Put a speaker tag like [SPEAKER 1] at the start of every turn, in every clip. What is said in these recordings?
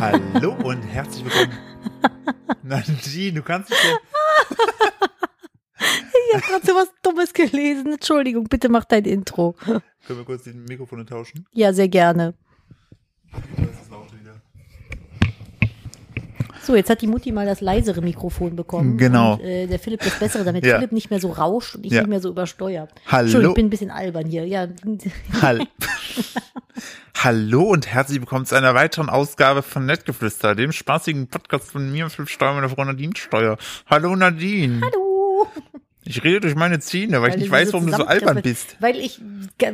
[SPEAKER 1] Hallo und herzlich willkommen. Nadine, du kannst nicht mehr.
[SPEAKER 2] Ich habe gerade so was Dummes gelesen. Entschuldigung, bitte mach dein Intro.
[SPEAKER 1] Können wir kurz die Mikrofone tauschen?
[SPEAKER 2] Ja, sehr gerne.
[SPEAKER 1] Das ist laut wieder.
[SPEAKER 2] So, jetzt hat die Mutti mal das leisere Mikrofon bekommen.
[SPEAKER 1] Genau.
[SPEAKER 2] Und, äh, der Philipp das bessere, damit
[SPEAKER 1] Ja.
[SPEAKER 2] Philipp nicht mehr so rauscht und ich
[SPEAKER 1] Ja.
[SPEAKER 2] nicht mehr so übersteuere.
[SPEAKER 1] Hallo.
[SPEAKER 2] Entschuldigung, ich bin ein bisschen albern hier. Ja,
[SPEAKER 1] Hall Hallo und herzlich willkommen zu einer weiteren Ausgabe von Nettgeflüster, dem spaßigen Podcast von mir, Philipp Steuer, meiner Frau Nadine Steuer. Hallo Nadine.
[SPEAKER 2] hallo.
[SPEAKER 1] Ich rede durch meine Zähne, weil ich nicht weiß, warum du so albern bist.
[SPEAKER 2] Weil ich,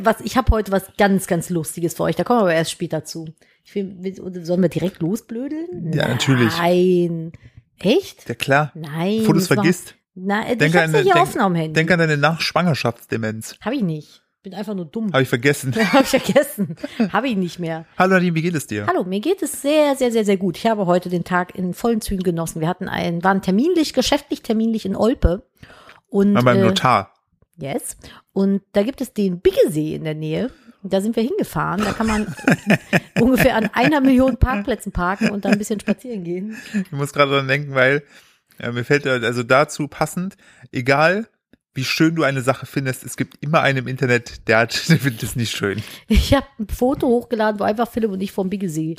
[SPEAKER 2] was, ich habe heute was ganz, ganz Lustiges für euch. Da kommen wir aber erst später zu. Ich will, sollen wir direkt losblödeln?
[SPEAKER 1] Ja, natürlich.
[SPEAKER 2] Nein. Echt?
[SPEAKER 1] Ja klar.
[SPEAKER 2] Nein.
[SPEAKER 1] Bevor du es
[SPEAKER 2] das war-
[SPEAKER 1] vergisst,
[SPEAKER 2] Nein, ich
[SPEAKER 1] denk
[SPEAKER 2] hab's
[SPEAKER 1] an,
[SPEAKER 2] ja
[SPEAKER 1] de-
[SPEAKER 2] hier
[SPEAKER 1] denk,
[SPEAKER 2] auf dem Handy.
[SPEAKER 1] denk an deine Nachschwangerschaftsdemenz.
[SPEAKER 2] Habe ich nicht. Bin einfach nur dumm.
[SPEAKER 1] Habe ich vergessen.
[SPEAKER 2] Habe ich vergessen. Habe ich nicht mehr.
[SPEAKER 1] Hallo Nadine, wie geht es dir?
[SPEAKER 2] Hallo, mir geht es sehr, sehr, sehr, sehr gut. Ich habe heute den Tag in vollen Zügen genossen. Wir hatten einen, waren terminlich, geschäftlich terminlich in Olpe. Und,
[SPEAKER 1] Na, beim
[SPEAKER 2] äh,
[SPEAKER 1] Notar.
[SPEAKER 2] yes. Und da gibt es den Biggesee in der Nähe. Und Da sind wir hingefahren. Da kann man ungefähr an einer Million Parkplätzen parken und dann ein bisschen spazieren gehen.
[SPEAKER 1] Ich muss gerade dran denken, weil äh, mir fällt da- also dazu passend, egal wie schön du eine Sache findest, es gibt immer einen im Internet, der, hat, der findet es nicht schön.
[SPEAKER 2] Ich habe ein Foto hochgeladen, wo einfach Philipp und ich vom Biggesee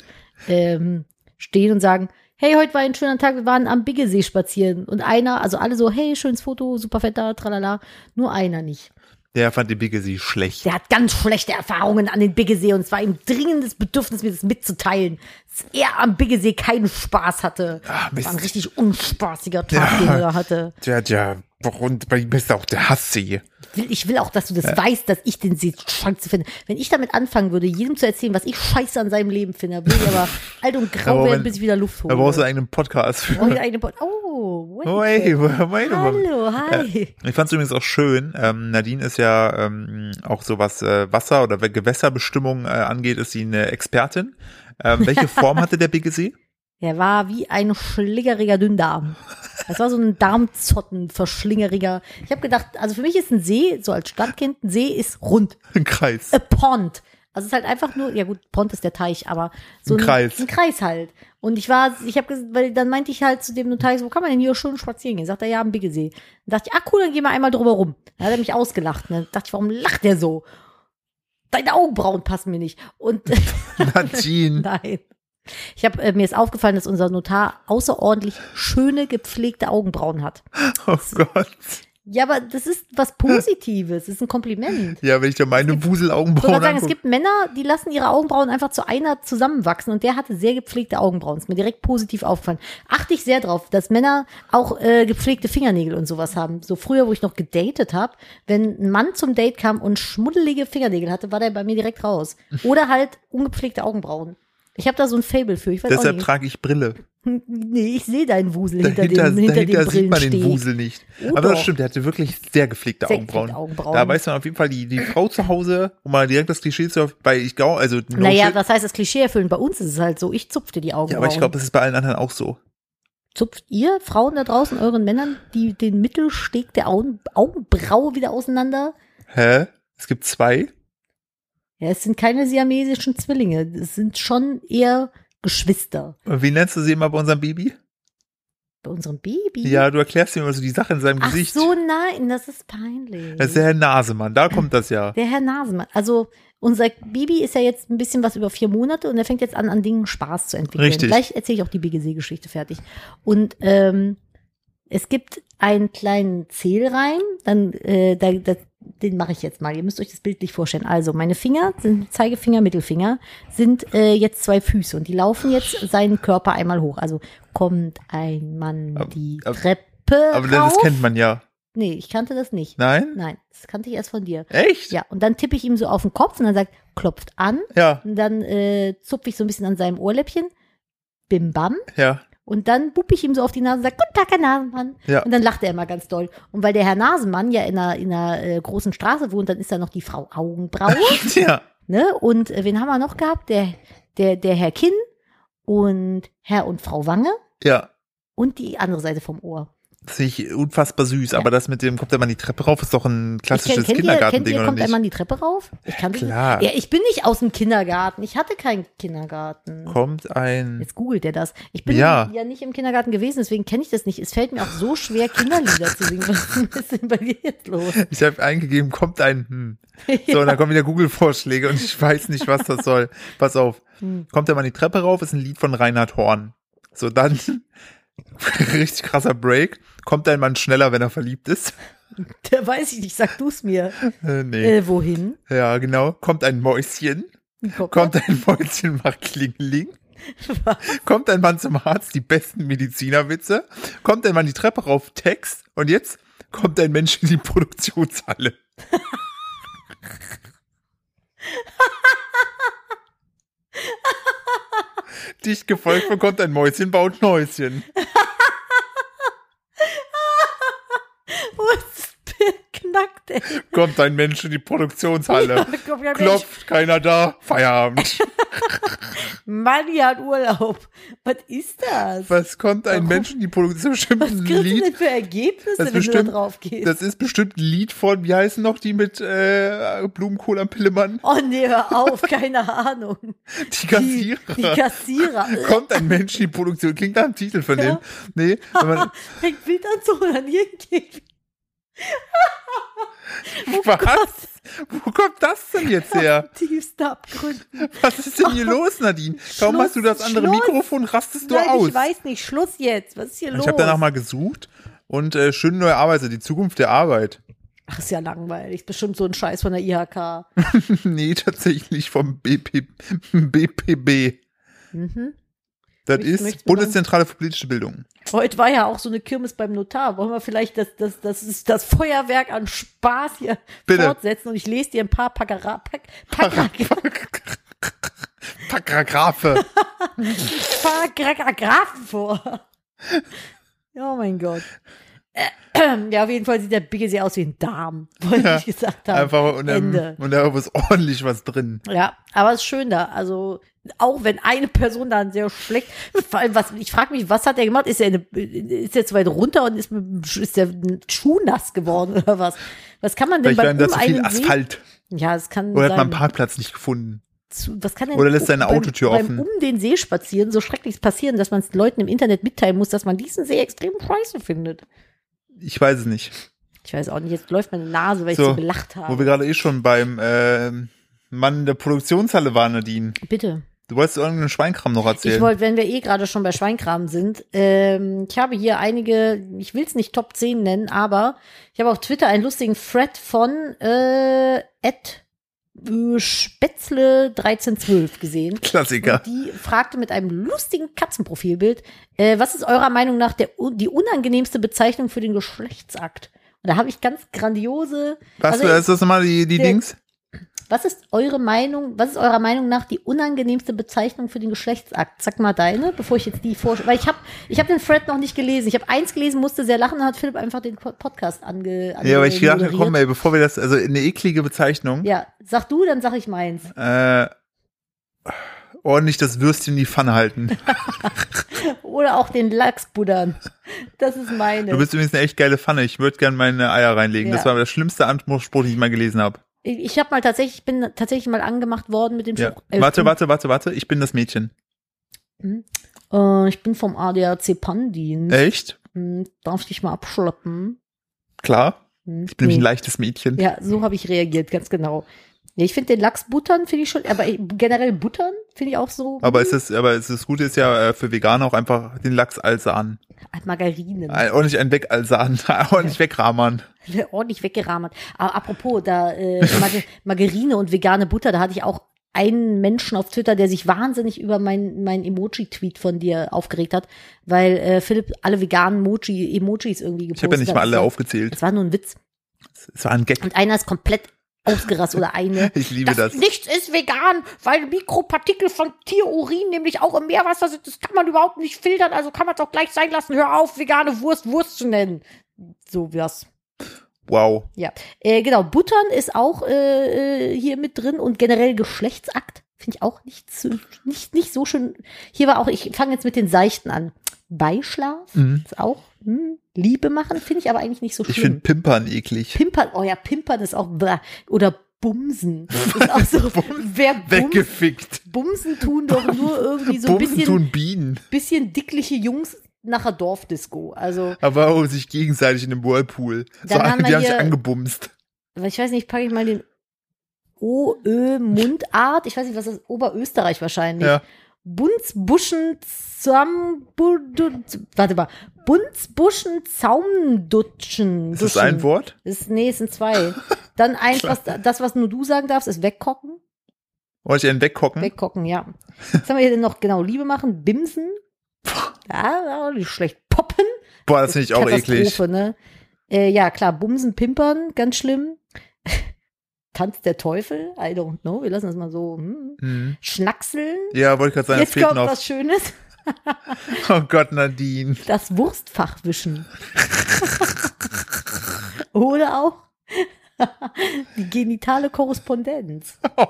[SPEAKER 2] ähm, stehen und sagen, hey, heute war ein schöner Tag, wir waren am Biggesee spazieren. Und einer, also alle so, hey, schönes Foto, super fett da, tralala. Nur einer nicht.
[SPEAKER 1] Der fand die Biggesie schlecht.
[SPEAKER 2] Der hat ganz schlechte Erfahrungen an den Biggesee und es war ihm dringendes Bedürfnis, mir das mitzuteilen, dass er am Biggesee keinen Spaß hatte.
[SPEAKER 1] Ah, Mist.
[SPEAKER 2] war ein richtig unspaßiger Tag, den er da hatte.
[SPEAKER 1] Der hat ja, und bei ihm ist auch der Hasssee.
[SPEAKER 2] will, ich will auch, dass du das weißt, dass ich den See scheiße finde. Wenn ich damit anfangen würde, jedem zu erzählen, was ich scheiße an seinem Leben finde, dann würde ich aber alt und grau
[SPEAKER 1] Aber wenn-
[SPEAKER 2] werden, bis ich wieder Luft hole.
[SPEAKER 1] Da brauchst du einen eigenen Podcast für.
[SPEAKER 2] oh, wieder eigene Pod- oh, wait.
[SPEAKER 1] Oh, hey, wait a moment.
[SPEAKER 2] Hallo, hi.
[SPEAKER 1] Ich fand es übrigens auch schön. Ähm, Nadine ist ja ähm, auch so was äh, Wasser- oder Gewässerbestimmung äh, angeht, ist sie eine Expertin. Ähm, welche Form hatte der Biggesee?
[SPEAKER 2] Der war wie ein schliggeriger Dünndarm. Das war so ein Darmzotten, verschlingeriger. Ich habe gedacht, also für mich ist ein See, so als Stadtkind, ein See ist rund.
[SPEAKER 1] Ein Kreis.
[SPEAKER 2] a pond. Also es ist halt einfach nur, ja gut, Pond ist der Teich, aber so
[SPEAKER 1] Ein
[SPEAKER 2] ein,
[SPEAKER 1] Kreis.
[SPEAKER 2] ein Kreis halt. Und ich war, ich habe, weil dann meinte ich halt zu dem Notar, ich so, wo kann man denn hier schön spazieren gehen? Sagt er, ja, am Biggesee. Dann dachte ich, ah cool, dann gehen wir einmal drüber rum. Dann hat er mich ausgelacht. Und dann dachte ich, warum lacht der so? Deine Augenbrauen passen mir nicht. Und
[SPEAKER 1] Nadine.
[SPEAKER 2] nein. Ich habe äh, mir ist aufgefallen, dass unser Notar außerordentlich schöne gepflegte Augenbrauen hat.
[SPEAKER 1] Oh Gott.
[SPEAKER 2] Ja, aber das ist was Positives, das ist ein Kompliment.
[SPEAKER 1] Ja, wenn ich da meine
[SPEAKER 2] Ich
[SPEAKER 1] Wuselaugenbrauen
[SPEAKER 2] würde sagen, es
[SPEAKER 1] angucke.
[SPEAKER 2] gibt Männer, die lassen ihre Augenbrauen einfach zu einer zusammenwachsen und der hatte sehr gepflegte Augenbrauen. Ist mir direkt positiv aufgefallen. Achte ich sehr drauf, dass Männer auch äh, gepflegte Fingernägel und sowas haben. So früher, wo ich noch gedatet habe, wenn ein Mann zum Date kam und schmuddelige Fingernägel hatte, war der bei mir direkt raus. Oder halt ungepflegte Augenbrauen. Ich habe da so ein Fable für. Ich weiß
[SPEAKER 1] Deshalb
[SPEAKER 2] auch
[SPEAKER 1] trage ich Brille.
[SPEAKER 2] nicht. Nee, ich sehe deinen Wusel hinter,
[SPEAKER 1] Dahinter,
[SPEAKER 2] dem, hinter
[SPEAKER 1] dahinter
[SPEAKER 2] den
[SPEAKER 1] sieht man den
[SPEAKER 2] Brillensteg.
[SPEAKER 1] Wusel nicht.
[SPEAKER 2] Oh
[SPEAKER 1] Aber das
[SPEAKER 2] doch.
[SPEAKER 1] stimmt, der hatte wirklich sehr gepflegte
[SPEAKER 2] Sehr
[SPEAKER 1] Augenbrauen.
[SPEAKER 2] gepflegte Augenbrauen.
[SPEAKER 1] Da weiß man auf jeden Fall, die, die Frau zu Hause, um mal direkt das Klischee zu bei ich gau, also no
[SPEAKER 2] Naja,
[SPEAKER 1] shit.
[SPEAKER 2] was heißt das Klischee erfüllen? Bei uns ist es halt so, ich zupfte die Augenbrauen.
[SPEAKER 1] Ja, aber ich glaube, das ist bei allen anderen auch so.
[SPEAKER 2] Zupft ihr Frauen da draußen euren Männern die, den Mittelsteg der Augen, Augenbraue wieder auseinander?
[SPEAKER 1] Hä? Es gibt zwei?
[SPEAKER 2] Ja, es sind keine siamesischen Zwillinge. Es sind schon eher Geschwister.
[SPEAKER 1] Und Wie nennst du sie immer bei unserem Baby?
[SPEAKER 2] Bei unserem Baby.
[SPEAKER 1] Ja, du erklärst ihm immer so die Sache in seinem
[SPEAKER 2] Ach
[SPEAKER 1] Gesicht.
[SPEAKER 2] so, nein, das ist peinlich.
[SPEAKER 1] Das ist der Herr Nasemann, da kommt das ja.
[SPEAKER 2] Der Herr Nasenmann. Also unser Baby ist ja jetzt ein bisschen was über vier Monate und er fängt jetzt an, an Dingen Spaß zu entwickeln.
[SPEAKER 1] Richtig.
[SPEAKER 2] Gleich erzähle ich auch die BGC-Geschichte fertig. Und ähm, es gibt einen kleinen Zählreim, dann äh, da, da, den mache ich jetzt mal. Ihr müsst euch das bildlich vorstellen. Also meine Finger, sind Zeigefinger, Mittelfinger, sind äh, jetzt zwei Füße und die laufen jetzt seinen Körper einmal hoch. Also kommt ein Mann
[SPEAKER 1] Ab-
[SPEAKER 2] die
[SPEAKER 1] ab-
[SPEAKER 2] Treppe
[SPEAKER 1] Aber
[SPEAKER 2] rauf.
[SPEAKER 1] das kennt man ja.
[SPEAKER 2] nee, ich kannte das nicht.
[SPEAKER 1] Nein?
[SPEAKER 2] Nein, das kannte ich erst von dir.
[SPEAKER 1] Echt?
[SPEAKER 2] Ja, und dann tippe ich ihm so auf den Kopf und dann sagt, klopft an.
[SPEAKER 1] Ja,
[SPEAKER 2] Und dann äh, zupfe ich so ein bisschen an seinem Ohrläppchen. Bim bam.
[SPEAKER 1] ja.
[SPEAKER 2] Und dann bupp ich ihm so auf die Nase und sage, guten Tag, Herr Nasenmann.
[SPEAKER 1] Ja.
[SPEAKER 2] Und dann lacht er immer ganz doll. Und weil der Herr Nasenmann ja in einer, in einer äh, großen Straße wohnt, dann ist da noch die Frau Augenbraue.
[SPEAKER 1] Ja.
[SPEAKER 2] ne? Und äh, wen haben wir noch gehabt? Der, der, der Herr Kinn und Herr und Frau Wange
[SPEAKER 1] Ja.
[SPEAKER 2] und die andere Seite vom Ohr.
[SPEAKER 1] Das finde ich unfassbar süß, aber das mit dem kommt einmal die Treppe rauf, ist doch ein klassisches
[SPEAKER 2] kennt ihr, kennt
[SPEAKER 1] Kindergartending,
[SPEAKER 2] ihr,
[SPEAKER 1] oder
[SPEAKER 2] kommt
[SPEAKER 1] nicht?
[SPEAKER 2] einmal die Treppe rauf? Ich kannte das-
[SPEAKER 1] klar.
[SPEAKER 2] Ja, ich bin nicht aus dem Kindergarten. Ich hatte keinen Kindergarten.
[SPEAKER 1] kommt ein.
[SPEAKER 2] Jetzt googelt er das. Ich bin
[SPEAKER 1] Hm. Ja.
[SPEAKER 2] ja, nicht im Kindergarten gewesen, deswegen kenne ich das nicht. Es fällt mir auch so schwer, Kinderlieder zu singen. Was ist denn bei dir jetzt los?
[SPEAKER 1] Ich habe eingegeben, kommt ein. Hm. So, und dann kommen wieder Google-Vorschläge und ich weiß nicht, was das soll. Pass auf.
[SPEAKER 2] Hm.
[SPEAKER 1] Kommt einmal die Treppe rauf, ist ein Lied von Reinhard Horn. So, dann richtig krasser Break. Kommt ein Mann schneller, wenn er verliebt ist?
[SPEAKER 2] Da weiß ich nicht, sag du es mir.
[SPEAKER 1] Äh, nee.
[SPEAKER 2] Äh, wohin?
[SPEAKER 1] Ja, genau. Kommt ein Mäuschen. Kommt ein Mäuschen, macht Klingeling. Kommt ein Mann zum Arzt, die besten Medizinerwitze. Kommt ein Mann die Treppe rauf, Text. Und jetzt kommt ein Mensch in die Produktionshalle. Dicht gefolgt von kommt ein Mäuschen, baut ein Häuschen.
[SPEAKER 2] Wo ist knackt, ey.
[SPEAKER 1] Kommt ein Mensch in die Produktionshalle.
[SPEAKER 2] Komm, ja, Mensch,
[SPEAKER 1] Klopft, keiner da, Feierabend.
[SPEAKER 2] Manni hat Urlaub. Was ist das?
[SPEAKER 1] Was kommt ein
[SPEAKER 2] Warum?
[SPEAKER 1] Mensch in die Produktion? Das ist bestimmt ein
[SPEAKER 2] Was kriegst du
[SPEAKER 1] Lied.
[SPEAKER 2] denn für Ergebnisse,
[SPEAKER 1] Das
[SPEAKER 2] wenn du
[SPEAKER 1] bestimmt-
[SPEAKER 2] da drauf gehst?
[SPEAKER 1] Das ist bestimmt ein Lied von, wie heißen noch die mit äh, Blumenkohl am Pillemann?
[SPEAKER 2] oh nee, hör auf, keine Ahnung.
[SPEAKER 1] Die
[SPEAKER 2] Die,
[SPEAKER 1] Kassierer.
[SPEAKER 2] die Kassierer.
[SPEAKER 1] Kommt ein Mensch in die Produktion. Klingt nach einem Titel von dem.
[SPEAKER 2] Ja.
[SPEAKER 1] Nee, wenn man,
[SPEAKER 2] Fängt wild an zu randalieren.
[SPEAKER 1] was? Wo kommt das denn jetzt her?
[SPEAKER 2] Tiefste Abgründen.
[SPEAKER 1] Was ist denn hier los, Nadine? Kaum
[SPEAKER 2] Schluss,
[SPEAKER 1] hast du das andere
[SPEAKER 2] Oh, Schluss.
[SPEAKER 1] Mikrofon, rastest du
[SPEAKER 2] Nein,
[SPEAKER 1] aus.
[SPEAKER 2] ich weiß nicht. Schluss jetzt. Was ist hier los?
[SPEAKER 1] ich habe danach mal gesucht und äh, schöne neue Arbeiter, die Zukunft der Arbeit.
[SPEAKER 2] Ach, ist ja langweilig. Bestimmt so ein Scheiß von der IHK.
[SPEAKER 1] nee, tatsächlich vom BP, BPB.
[SPEAKER 2] Mhm.
[SPEAKER 1] Das
[SPEAKER 2] Mich-
[SPEAKER 1] ist
[SPEAKER 2] möchtest du
[SPEAKER 1] Bundeszentrale für politische Bildung.
[SPEAKER 2] Heute war ja auch so eine Kirmes beim Notar. Wollen wir vielleicht das, das, das, ist das Feuerwerk an Spaß hier
[SPEAKER 1] Bitte.
[SPEAKER 2] fortsetzen? Und ich lese dir ein paar Packara, Pack, Packra,
[SPEAKER 1] Paragraphe.
[SPEAKER 2] Paragraphen vor. Oh mein Gott. Äh, Ja, auf jeden Fall sieht der Biggesee aus wie ein Darm, wollte
[SPEAKER 1] Ja,
[SPEAKER 2] ich gesagt haben.
[SPEAKER 1] Einfach und, ähm,
[SPEAKER 2] Ende.
[SPEAKER 1] und da ist ordentlich was drin.
[SPEAKER 2] Ja, aber es ist schön da. Also auch wenn eine Person da sehr schlecht, vor allem was ich frage mich, was hat er gemacht? Ist er eine, ist er zu weit runter und ist mit, dem Sch- ist der Schuh nass geworden oder was? Was kann man denn
[SPEAKER 1] Vielleicht waren
[SPEAKER 2] bei
[SPEAKER 1] da zu viel
[SPEAKER 2] umeinem See?
[SPEAKER 1] Asphalt.
[SPEAKER 2] Ja, es kann
[SPEAKER 1] Oder hat
[SPEAKER 2] sein.
[SPEAKER 1] man einen Parkplatz nicht gefunden?
[SPEAKER 2] Zu- was kann denn
[SPEAKER 1] oder lässt seine
[SPEAKER 2] beim,
[SPEAKER 1] Autotür
[SPEAKER 2] beim
[SPEAKER 1] offen?
[SPEAKER 2] um den See spazieren so schrecklich passieren, dass man es Leuten im Internet mitteilen muss, dass man diesen See extrem scheiße findet.
[SPEAKER 1] Ich weiß es nicht.
[SPEAKER 2] Ich weiß auch nicht, jetzt läuft meine Nase, weil
[SPEAKER 1] So,
[SPEAKER 2] ich so gelacht
[SPEAKER 1] Wo
[SPEAKER 2] habe.
[SPEAKER 1] wir gerade eh schon beim ähm, Mann der Produktionshalle waren, Nadine.
[SPEAKER 2] Bitte.
[SPEAKER 1] Du wolltest irgendeinen Schweinkram noch
[SPEAKER 2] Ich
[SPEAKER 1] erzählen.
[SPEAKER 2] wollte, wenn wir eh gerade schon bei Schweinkram sind, ähm, ich habe hier einige, ich will es nicht Top 10 nennen, aber ich habe auf Twitter einen lustigen Thread von äh, Ed Spätzle 1312 gesehen.
[SPEAKER 1] Klassiker.
[SPEAKER 2] Und die fragte mit einem lustigen Katzenprofilbild, äh, was ist eurer Meinung nach der, un- die unangenehmste Bezeichnung für den Geschlechtsakt? Und da habe ich ganz grandiose.
[SPEAKER 1] Was
[SPEAKER 2] also-
[SPEAKER 1] ist das nochmal, die, die
[SPEAKER 2] Der-
[SPEAKER 1] Dings?
[SPEAKER 2] Was ist eure Meinung, was ist eurer Meinung nach die unangenehmste Bezeichnung für den Geschlechtsakt? Sag mal deine, bevor ich jetzt die vor, weil ich habe ich hab den Thread noch nicht gelesen. Ich habe eins gelesen, musste sehr lachen, dann hat Philipp einfach den Ko- Podcast ange, ange
[SPEAKER 1] Ja, aber ich dachte,
[SPEAKER 2] moderiert.
[SPEAKER 1] komm, ey, bevor wir das, also eine eklige Bezeichnung,
[SPEAKER 2] Ja, sag du, dann sag ich meins.
[SPEAKER 1] äh, ordentlich das Würstchen in die Pfanne halten.
[SPEAKER 2] Oder auch den Lachsbuddern. Das ist
[SPEAKER 1] Du
[SPEAKER 2] meine.
[SPEAKER 1] bist übrigens eine echt geile Pfanne. Ich würde gerne meine Eier reinlegen.
[SPEAKER 2] Ja.
[SPEAKER 1] Das war der schlimmste Anspruch, den ich mal gelesen habe.
[SPEAKER 2] Ich, ich habe mal tatsächlich, ich bin tatsächlich mal angemacht worden mit dem
[SPEAKER 1] Ja.
[SPEAKER 2] Spruch, äh,
[SPEAKER 1] Warte, warte, warte, warte. Ich bin das Mädchen.
[SPEAKER 2] Äh, ich bin vom ADAC Pannendienst.
[SPEAKER 1] Echt?
[SPEAKER 2] Hm, darf ich dich mal abschleppen?
[SPEAKER 1] Klar.
[SPEAKER 2] Hm,
[SPEAKER 1] Ich bin nämlich
[SPEAKER 2] nee.
[SPEAKER 1] ein leichtes Mädchen.
[SPEAKER 2] Ja, so habe ich reagiert, ganz genau. Ja, ich finde den Lachs buttern, finde ich schon, aber ich- generell buttern finde ich auch so.
[SPEAKER 1] Aber es ist, aber es ist, das Gute ist ja äh, für Veganer auch einfach den Lachs alsan.
[SPEAKER 2] Ah, Margarinen.
[SPEAKER 1] Ein, ordentlich ein Weg alsan, ordentlich wegrahmern.
[SPEAKER 2] Ordentlich weggerahmt. Aber apropos, da äh, Marge- Margarine und vegane Butter, da hatte ich auch einen Menschen auf Twitter, der sich wahnsinnig über meinen mein Emoji-Tweet von dir aufgeregt hat, weil äh, Philipp alle veganen Moji, Emojis irgendwie
[SPEAKER 1] Ich
[SPEAKER 2] gepostet
[SPEAKER 1] habe ja nicht mal alle
[SPEAKER 2] Das war-
[SPEAKER 1] aufgezählt.
[SPEAKER 2] Das war nur ein Witz.
[SPEAKER 1] Es war ein Gag.
[SPEAKER 2] Und einer ist komplett ausgerastet oder eine.
[SPEAKER 1] Ich liebe das.
[SPEAKER 2] Nichts ist vegan, weil Mikropartikel von Tierurin nämlich auch im Meerwasser sind. Das kann man überhaupt nicht filtern, also kann man es auch gleich sein lassen. Hör auf, vegane Wurst Wurst zu nennen. So was.
[SPEAKER 1] Wow.
[SPEAKER 2] Ja. Äh, genau, Buttern ist auch äh, äh, hier mit drin und generell Geschlechtsakt finde ich auch nicht, zu, nicht, nicht so schön. Hier war auch, ich fange jetzt mit den Seichten an. Beischlaf
[SPEAKER 1] Mhm.
[SPEAKER 2] ist auch hm, Liebe machen, finde ich aber eigentlich nicht so
[SPEAKER 1] Ich finde
[SPEAKER 2] schlimm.
[SPEAKER 1] Pimpern eklig.
[SPEAKER 2] Pimpern, oh ja, Pimpern ist auch blah. oder Bumsen. Ist auch so, wer bums,
[SPEAKER 1] Weggefickt.
[SPEAKER 2] Bumsen tun doch nur irgendwie so ein
[SPEAKER 1] Bumsen
[SPEAKER 2] bisschen,
[SPEAKER 1] tun Bienen.
[SPEAKER 2] bisschen dickliche Jungs nach der Dorfdisco. Also,
[SPEAKER 1] Aber um sich gegenseitig in einem Whirlpool. so,
[SPEAKER 2] Dann haben wir
[SPEAKER 1] die haben sich
[SPEAKER 2] hier-
[SPEAKER 1] angebumst.
[SPEAKER 2] ich weiß nicht, packe ich mal den OÖ-Mundart. Ich weiß nicht, was das ist. Oberösterreich wahrscheinlich.
[SPEAKER 1] Ja.
[SPEAKER 2] Bunzbuschen Zaumbudu, warte mal, Bunzbuschen Zaumdutschen.
[SPEAKER 1] Ist das ein Wort?
[SPEAKER 2] Ist, nee, es sind zwei. Dann eins, was, das, was nur du sagen darfst, ist wegkocken.
[SPEAKER 1] Hm? Wollte ich einen weggucken?
[SPEAKER 2] Wegkocken, ja. Was haben wir hier denn noch? Genau, Liebe machen, bimsen. Ja, auch nicht schlecht. Poppen.
[SPEAKER 1] Boah, das finde ich auch eklig.
[SPEAKER 2] Katastrophe, ne? Äh, ja, klar, bumsen, pimpern, ganz schlimm. Tanz der Teufel, I don't know, wir lassen das mal so. Hm.
[SPEAKER 1] Mhm.
[SPEAKER 2] Schnackseln.
[SPEAKER 1] Ja, wollte gerade sagen, es
[SPEAKER 2] Jetzt
[SPEAKER 1] fehlt
[SPEAKER 2] kommt
[SPEAKER 1] noch.
[SPEAKER 2] was Schönes.
[SPEAKER 1] Oh Gott, Nadine.
[SPEAKER 2] das Wurstfach wischen. Oder auch die genitale Korrespondenz.
[SPEAKER 1] Oh,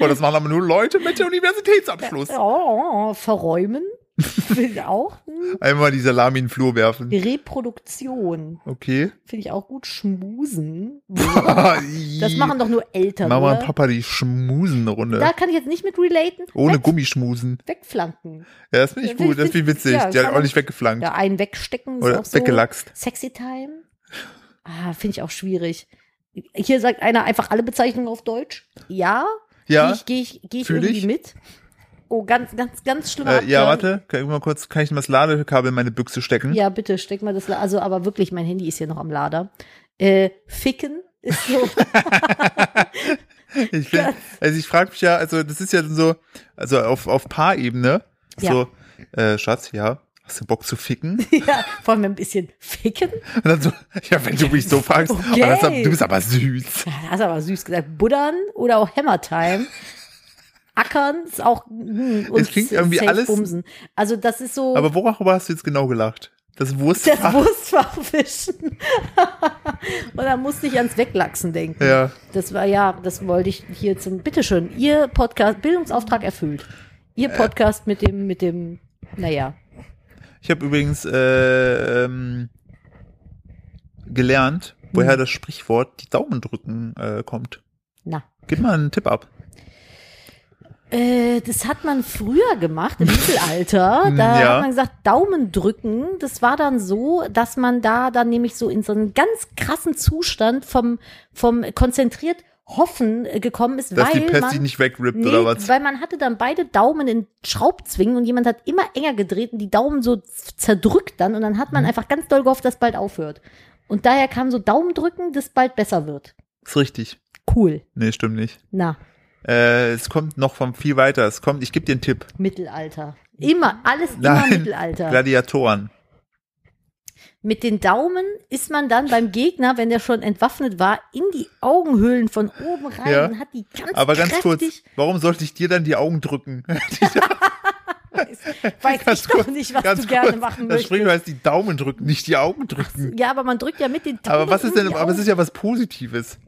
[SPEAKER 1] oh, das machen aber nur Leute mit der Universitätsabschluss.
[SPEAKER 2] Oh, verräumen. Finde ich auch. Hm.
[SPEAKER 1] Einmal die Salami in den Flur werfen.
[SPEAKER 2] Reproduktion.
[SPEAKER 1] Okay.
[SPEAKER 2] Finde ich auch gut. Schmusen. Das
[SPEAKER 1] Das
[SPEAKER 2] machen doch nur Eltern.
[SPEAKER 1] Mama und
[SPEAKER 2] oder?
[SPEAKER 1] Papa die Schmusenrunde.
[SPEAKER 2] Da kann ich jetzt nicht mit relaten.
[SPEAKER 1] Ohne
[SPEAKER 2] Weg,
[SPEAKER 1] Gummischmusen.
[SPEAKER 2] Wegflanken.
[SPEAKER 1] Ja, das finde ich
[SPEAKER 2] Ja,
[SPEAKER 1] gut, das
[SPEAKER 2] find-
[SPEAKER 1] finde ich witzig.
[SPEAKER 2] ja,
[SPEAKER 1] die hat
[SPEAKER 2] kann
[SPEAKER 1] auch
[SPEAKER 2] man-
[SPEAKER 1] nicht weggeflankt.
[SPEAKER 2] Ja, einen wegstecken ist
[SPEAKER 1] Oder
[SPEAKER 2] auch so.
[SPEAKER 1] weggelaxt.
[SPEAKER 2] Sexy Time. Ah, finde ich auch schwierig. Hier sagt einer einfach alle Bezeichnungen auf Deutsch. Ja,
[SPEAKER 1] Ja,
[SPEAKER 2] Gehe ich, geh ich, geh ich
[SPEAKER 1] Fühl
[SPEAKER 2] irgendwie
[SPEAKER 1] ich.
[SPEAKER 2] mit? Oh, ganz, ganz, ganz schlimm.
[SPEAKER 1] äh, ja warte, kann ich mal kurz, kann ich mal das Ladekabel in meine Büchse stecken?
[SPEAKER 2] Ja, bitte, steck mal das. La- Also, aber wirklich, mein Handy ist hier noch am Lader. Äh, ficken ist so.
[SPEAKER 1] Ich find, also ich frage mich ja, also das ist ja so, also auf, auf Paarebene,
[SPEAKER 2] Ja.
[SPEAKER 1] so, äh, Schatz, ja, hast du Bock zu ficken?
[SPEAKER 2] ja, vor allem ein bisschen ficken.
[SPEAKER 1] Und dann so, ja, wenn du mich so fragst,
[SPEAKER 2] Okay. Oh.
[SPEAKER 1] aber das, du bist aber süß.
[SPEAKER 2] Ja, Das ist aber süß gesagt. Buddern oder auch Hammertime. Ackern ist auch. Hm, und
[SPEAKER 1] Es klingt irgendwie
[SPEAKER 2] safe
[SPEAKER 1] alles-
[SPEAKER 2] Bumsen. Also, das ist so.
[SPEAKER 1] Aber worüber hast du jetzt genau gelacht? Das
[SPEAKER 2] das
[SPEAKER 1] Wurstfach?
[SPEAKER 2] Wurstfach wischen. und dann musste ich ans Weglachsen denken.
[SPEAKER 1] Ja.
[SPEAKER 2] Das war ja, das wollte ich hier zum. Bitteschön, Ihr Podcast, Bildungsauftrag erfüllt. Ihr
[SPEAKER 1] Äh.
[SPEAKER 2] Podcast mit dem, mit dem, naja.
[SPEAKER 1] Ich habe übrigens äh, ähm, gelernt, woher
[SPEAKER 2] Hm.
[SPEAKER 1] das Sprichwort die Daumen drücken äh, kommt.
[SPEAKER 2] Na.
[SPEAKER 1] Gib mal einen Tipp ab.
[SPEAKER 2] Äh, das hat man früher gemacht, im Mittelalter. Da
[SPEAKER 1] Hm, Ja.
[SPEAKER 2] hat man gesagt, Daumen drücken. Das war dann so, dass man da dann nämlich so in so einen ganz krassen Zustand vom, vom konzentriert Hoffen äh, gekommen ist,
[SPEAKER 1] Dass
[SPEAKER 2] weil
[SPEAKER 1] die Pest
[SPEAKER 2] man
[SPEAKER 1] dich nicht wegrippt
[SPEAKER 2] Nee,
[SPEAKER 1] oder was?
[SPEAKER 2] weil man hatte dann beide Daumen in Schraubzwingen und jemand hat immer enger gedreht und die Daumen so z- zerdrückt dann und dann hat man
[SPEAKER 1] Mhm.
[SPEAKER 2] einfach ganz doll gehofft, dass bald aufhört. Und daher kam so Daumen drücken, dass bald besser wird.
[SPEAKER 1] Ist richtig.
[SPEAKER 2] Cool.
[SPEAKER 1] Nee, stimmt nicht.
[SPEAKER 2] Na,
[SPEAKER 1] Äh, es kommt noch von viel weiter. Es kommt, ich gebe dir einen Tipp.
[SPEAKER 2] Mittelalter. Immer, alles immer
[SPEAKER 1] Nein,
[SPEAKER 2] Mittelalter.
[SPEAKER 1] Gladiatoren.
[SPEAKER 2] Mit den Daumen ist man dann beim Gegner, wenn der schon entwaffnet war, in die Augenhöhlen von oben rein
[SPEAKER 1] Ja.
[SPEAKER 2] und hat die ganz
[SPEAKER 1] Aber ganz
[SPEAKER 2] kräftig,
[SPEAKER 1] kurz, warum sollte ich dir dann die Augen drücken?
[SPEAKER 2] weiß ich doch nicht, was
[SPEAKER 1] ganz
[SPEAKER 2] du gerne
[SPEAKER 1] kurz, Das
[SPEAKER 2] machen möchtest.
[SPEAKER 1] Sprichwort heißt die Daumen drücken, nicht die Augen drücken.
[SPEAKER 2] Ja, aber man drückt ja mit den Daumen
[SPEAKER 1] Aber was ist denn,
[SPEAKER 2] in die
[SPEAKER 1] aber es
[SPEAKER 2] Augen.
[SPEAKER 1] ist ja was Positives.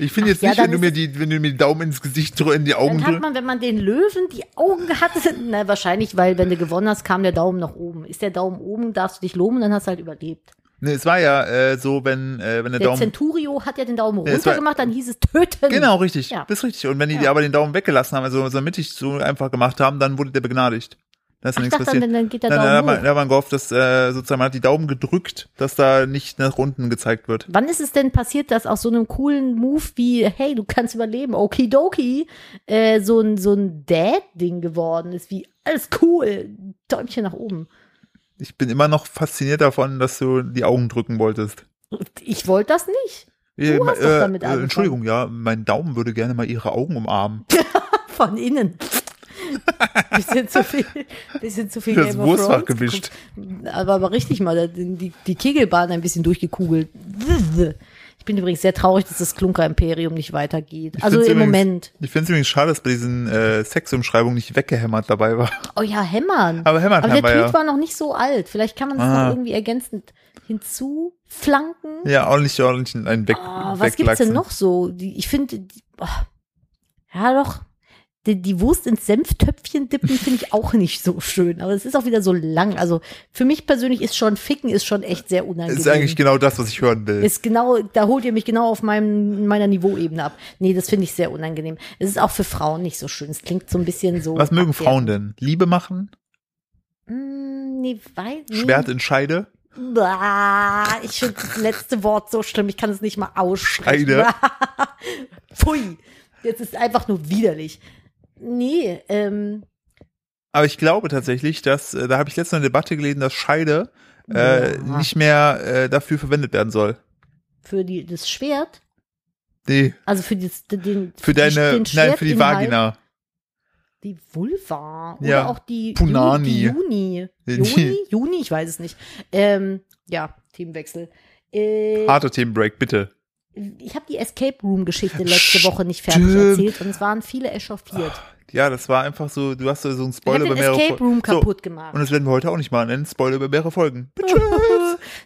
[SPEAKER 1] Ich finde
[SPEAKER 2] Ach
[SPEAKER 1] jetzt
[SPEAKER 2] ja,
[SPEAKER 1] nicht,
[SPEAKER 2] dann
[SPEAKER 1] wenn du
[SPEAKER 2] ist
[SPEAKER 1] mir die, wenn du mir die Daumen ins Gesicht drückst, in die Augen
[SPEAKER 2] Dann hat
[SPEAKER 1] drückst.
[SPEAKER 2] man, wenn man den Löwen die Augen hat, na, wahrscheinlich, weil wenn du gewonnen hast, kam der Daumen nach oben. Ist der Daumen oben, darfst du dich loben, dann hast du halt überlebt.
[SPEAKER 1] Nee, es war ja äh, so, wenn, äh, wenn der,
[SPEAKER 2] Der
[SPEAKER 1] Daumen.
[SPEAKER 2] Centurio hat ja den Daumen
[SPEAKER 1] es war-
[SPEAKER 2] runtergemacht, dann hieß es töten.
[SPEAKER 1] Genau, richtig.
[SPEAKER 2] Ja.
[SPEAKER 1] Das ist richtig. Und wenn die
[SPEAKER 2] Ja.
[SPEAKER 1] dir aber den Daumen weggelassen haben, also so mittig so einfach gemacht haben, dann wurde der begnadigt. Da ist ja
[SPEAKER 2] Ich
[SPEAKER 1] nichts
[SPEAKER 2] dachte, dann,
[SPEAKER 1] passiert.
[SPEAKER 2] dann- dann geht der
[SPEAKER 1] Nein, nein,
[SPEAKER 2] Daumen
[SPEAKER 1] da hat man,
[SPEAKER 2] hoch.
[SPEAKER 1] da hat man gehofft, dass äh, sozusagen man hat die Daumen gedrückt, dass da nicht nach unten gezeigt wird.
[SPEAKER 2] Wann ist es denn passiert, dass aus so einem coolen Move wie, hey, du kannst überleben, okidoki, äh, so ein, so ein Dad-Ding geworden ist, wie, alles cool, Däumchen nach oben.
[SPEAKER 1] Ich bin immer noch fasziniert davon, dass du die Augen drücken wolltest.
[SPEAKER 2] Ich wollte das nicht.
[SPEAKER 1] Äh,
[SPEAKER 2] hast doch
[SPEAKER 1] äh,
[SPEAKER 2] damit
[SPEAKER 1] äh,
[SPEAKER 2] angefangen.
[SPEAKER 1] Entschuldigung, ja, mein Daumen würde gerne mal ihre Augen umarmen.
[SPEAKER 2] Von innen. bisschen zu viel, bisschen zu viel
[SPEAKER 1] Das
[SPEAKER 2] Game of
[SPEAKER 1] Wurstfach
[SPEAKER 2] Thrones
[SPEAKER 1] gewischt.
[SPEAKER 2] geguckt. Aber, aber richtig mal, da- die, die Kegelbahn ein bisschen durchgekugelt. Ich bin übrigens sehr traurig, dass das Klunker-Imperium nicht weitergeht.
[SPEAKER 1] Ich
[SPEAKER 2] also
[SPEAKER 1] find's
[SPEAKER 2] im
[SPEAKER 1] übrigens-
[SPEAKER 2] Moment.
[SPEAKER 1] Ich finde es übrigens schade, dass bei diesen äh, Sexumschreibungen nicht weggehämmert dabei war.
[SPEAKER 2] Oh ja, hämmern.
[SPEAKER 1] Aber hämmern
[SPEAKER 2] aber der
[SPEAKER 1] haben wir
[SPEAKER 2] Tweet
[SPEAKER 1] ja.
[SPEAKER 2] war noch nicht so alt. Vielleicht kann man das
[SPEAKER 1] Ah.
[SPEAKER 2] noch irgendwie ergänzend hinzuflanken.
[SPEAKER 1] Ja, ordentlich, ordentlich einen weg.
[SPEAKER 2] Ah, was gibt's denn
[SPEAKER 1] weglachsen.
[SPEAKER 2] noch so? Die, ich finde, die- oh, ja doch, die, die Wurst ins Senftöpfchen dippen finde ich auch nicht so schön. Aber es ist auch wieder so lang. Also für mich persönlich ist schon Ficken ist schon echt sehr unangenehm.
[SPEAKER 1] Ist eigentlich genau das, was ich hören will.
[SPEAKER 2] Ist genau, da holt ihr mich genau auf meinem, meiner Niveauebene ab. Nee, das finde ich sehr unangenehm. Es ist auch für Frauen nicht so schön. Es klingt so ein bisschen so.
[SPEAKER 1] was mögen
[SPEAKER 2] abwertend.
[SPEAKER 1] Frauen denn? Liebe machen?
[SPEAKER 2] Mm, Nee, weil. Nee.
[SPEAKER 1] Schwert in Scheide?
[SPEAKER 2] Bah, ich finde das letzte Wort so schlimm, ich kann es nicht mal aussprechen.
[SPEAKER 1] Scheide.
[SPEAKER 2] Pfui. Jetzt ist einfach nur widerlich. Nee, ähm,
[SPEAKER 1] Aber ich glaube tatsächlich, dass, äh, da habe ich letztens eine Debatte gelesen, dass Scheide äh,
[SPEAKER 2] Ja.
[SPEAKER 1] nicht mehr äh, dafür verwendet werden soll.
[SPEAKER 2] für die, das Schwert,
[SPEAKER 1] Nee,
[SPEAKER 2] also für, das, den,
[SPEAKER 1] für
[SPEAKER 2] die-
[SPEAKER 1] deine,
[SPEAKER 2] den
[SPEAKER 1] nein, für die
[SPEAKER 2] Schwertinhalt,
[SPEAKER 1] Vagina.
[SPEAKER 2] Die Vulva. Oder
[SPEAKER 1] Ja.
[SPEAKER 2] auch die
[SPEAKER 1] Punani.
[SPEAKER 2] Ju- die
[SPEAKER 1] Die-
[SPEAKER 2] Juni. Juni? Juni, ich weiß es nicht. Ähm, ja, Themenwechsel. Äh,
[SPEAKER 1] Harter Themenbreak, bitte.
[SPEAKER 2] ich habe die Escape Room Geschichte letzte Woche nicht fertig
[SPEAKER 1] Stimmt.
[SPEAKER 2] erzählt und es waren viele echauffiert.
[SPEAKER 1] Ja, das war einfach so, du hast so einen
[SPEAKER 2] Ich
[SPEAKER 1] Spoiler
[SPEAKER 2] habe
[SPEAKER 1] über
[SPEAKER 2] den
[SPEAKER 1] mehrere
[SPEAKER 2] Escape Room
[SPEAKER 1] So,
[SPEAKER 2] kaputt gemacht.
[SPEAKER 1] Und das werden wir heute auch nicht machen. Einen Spoiler über mehrere Folgen.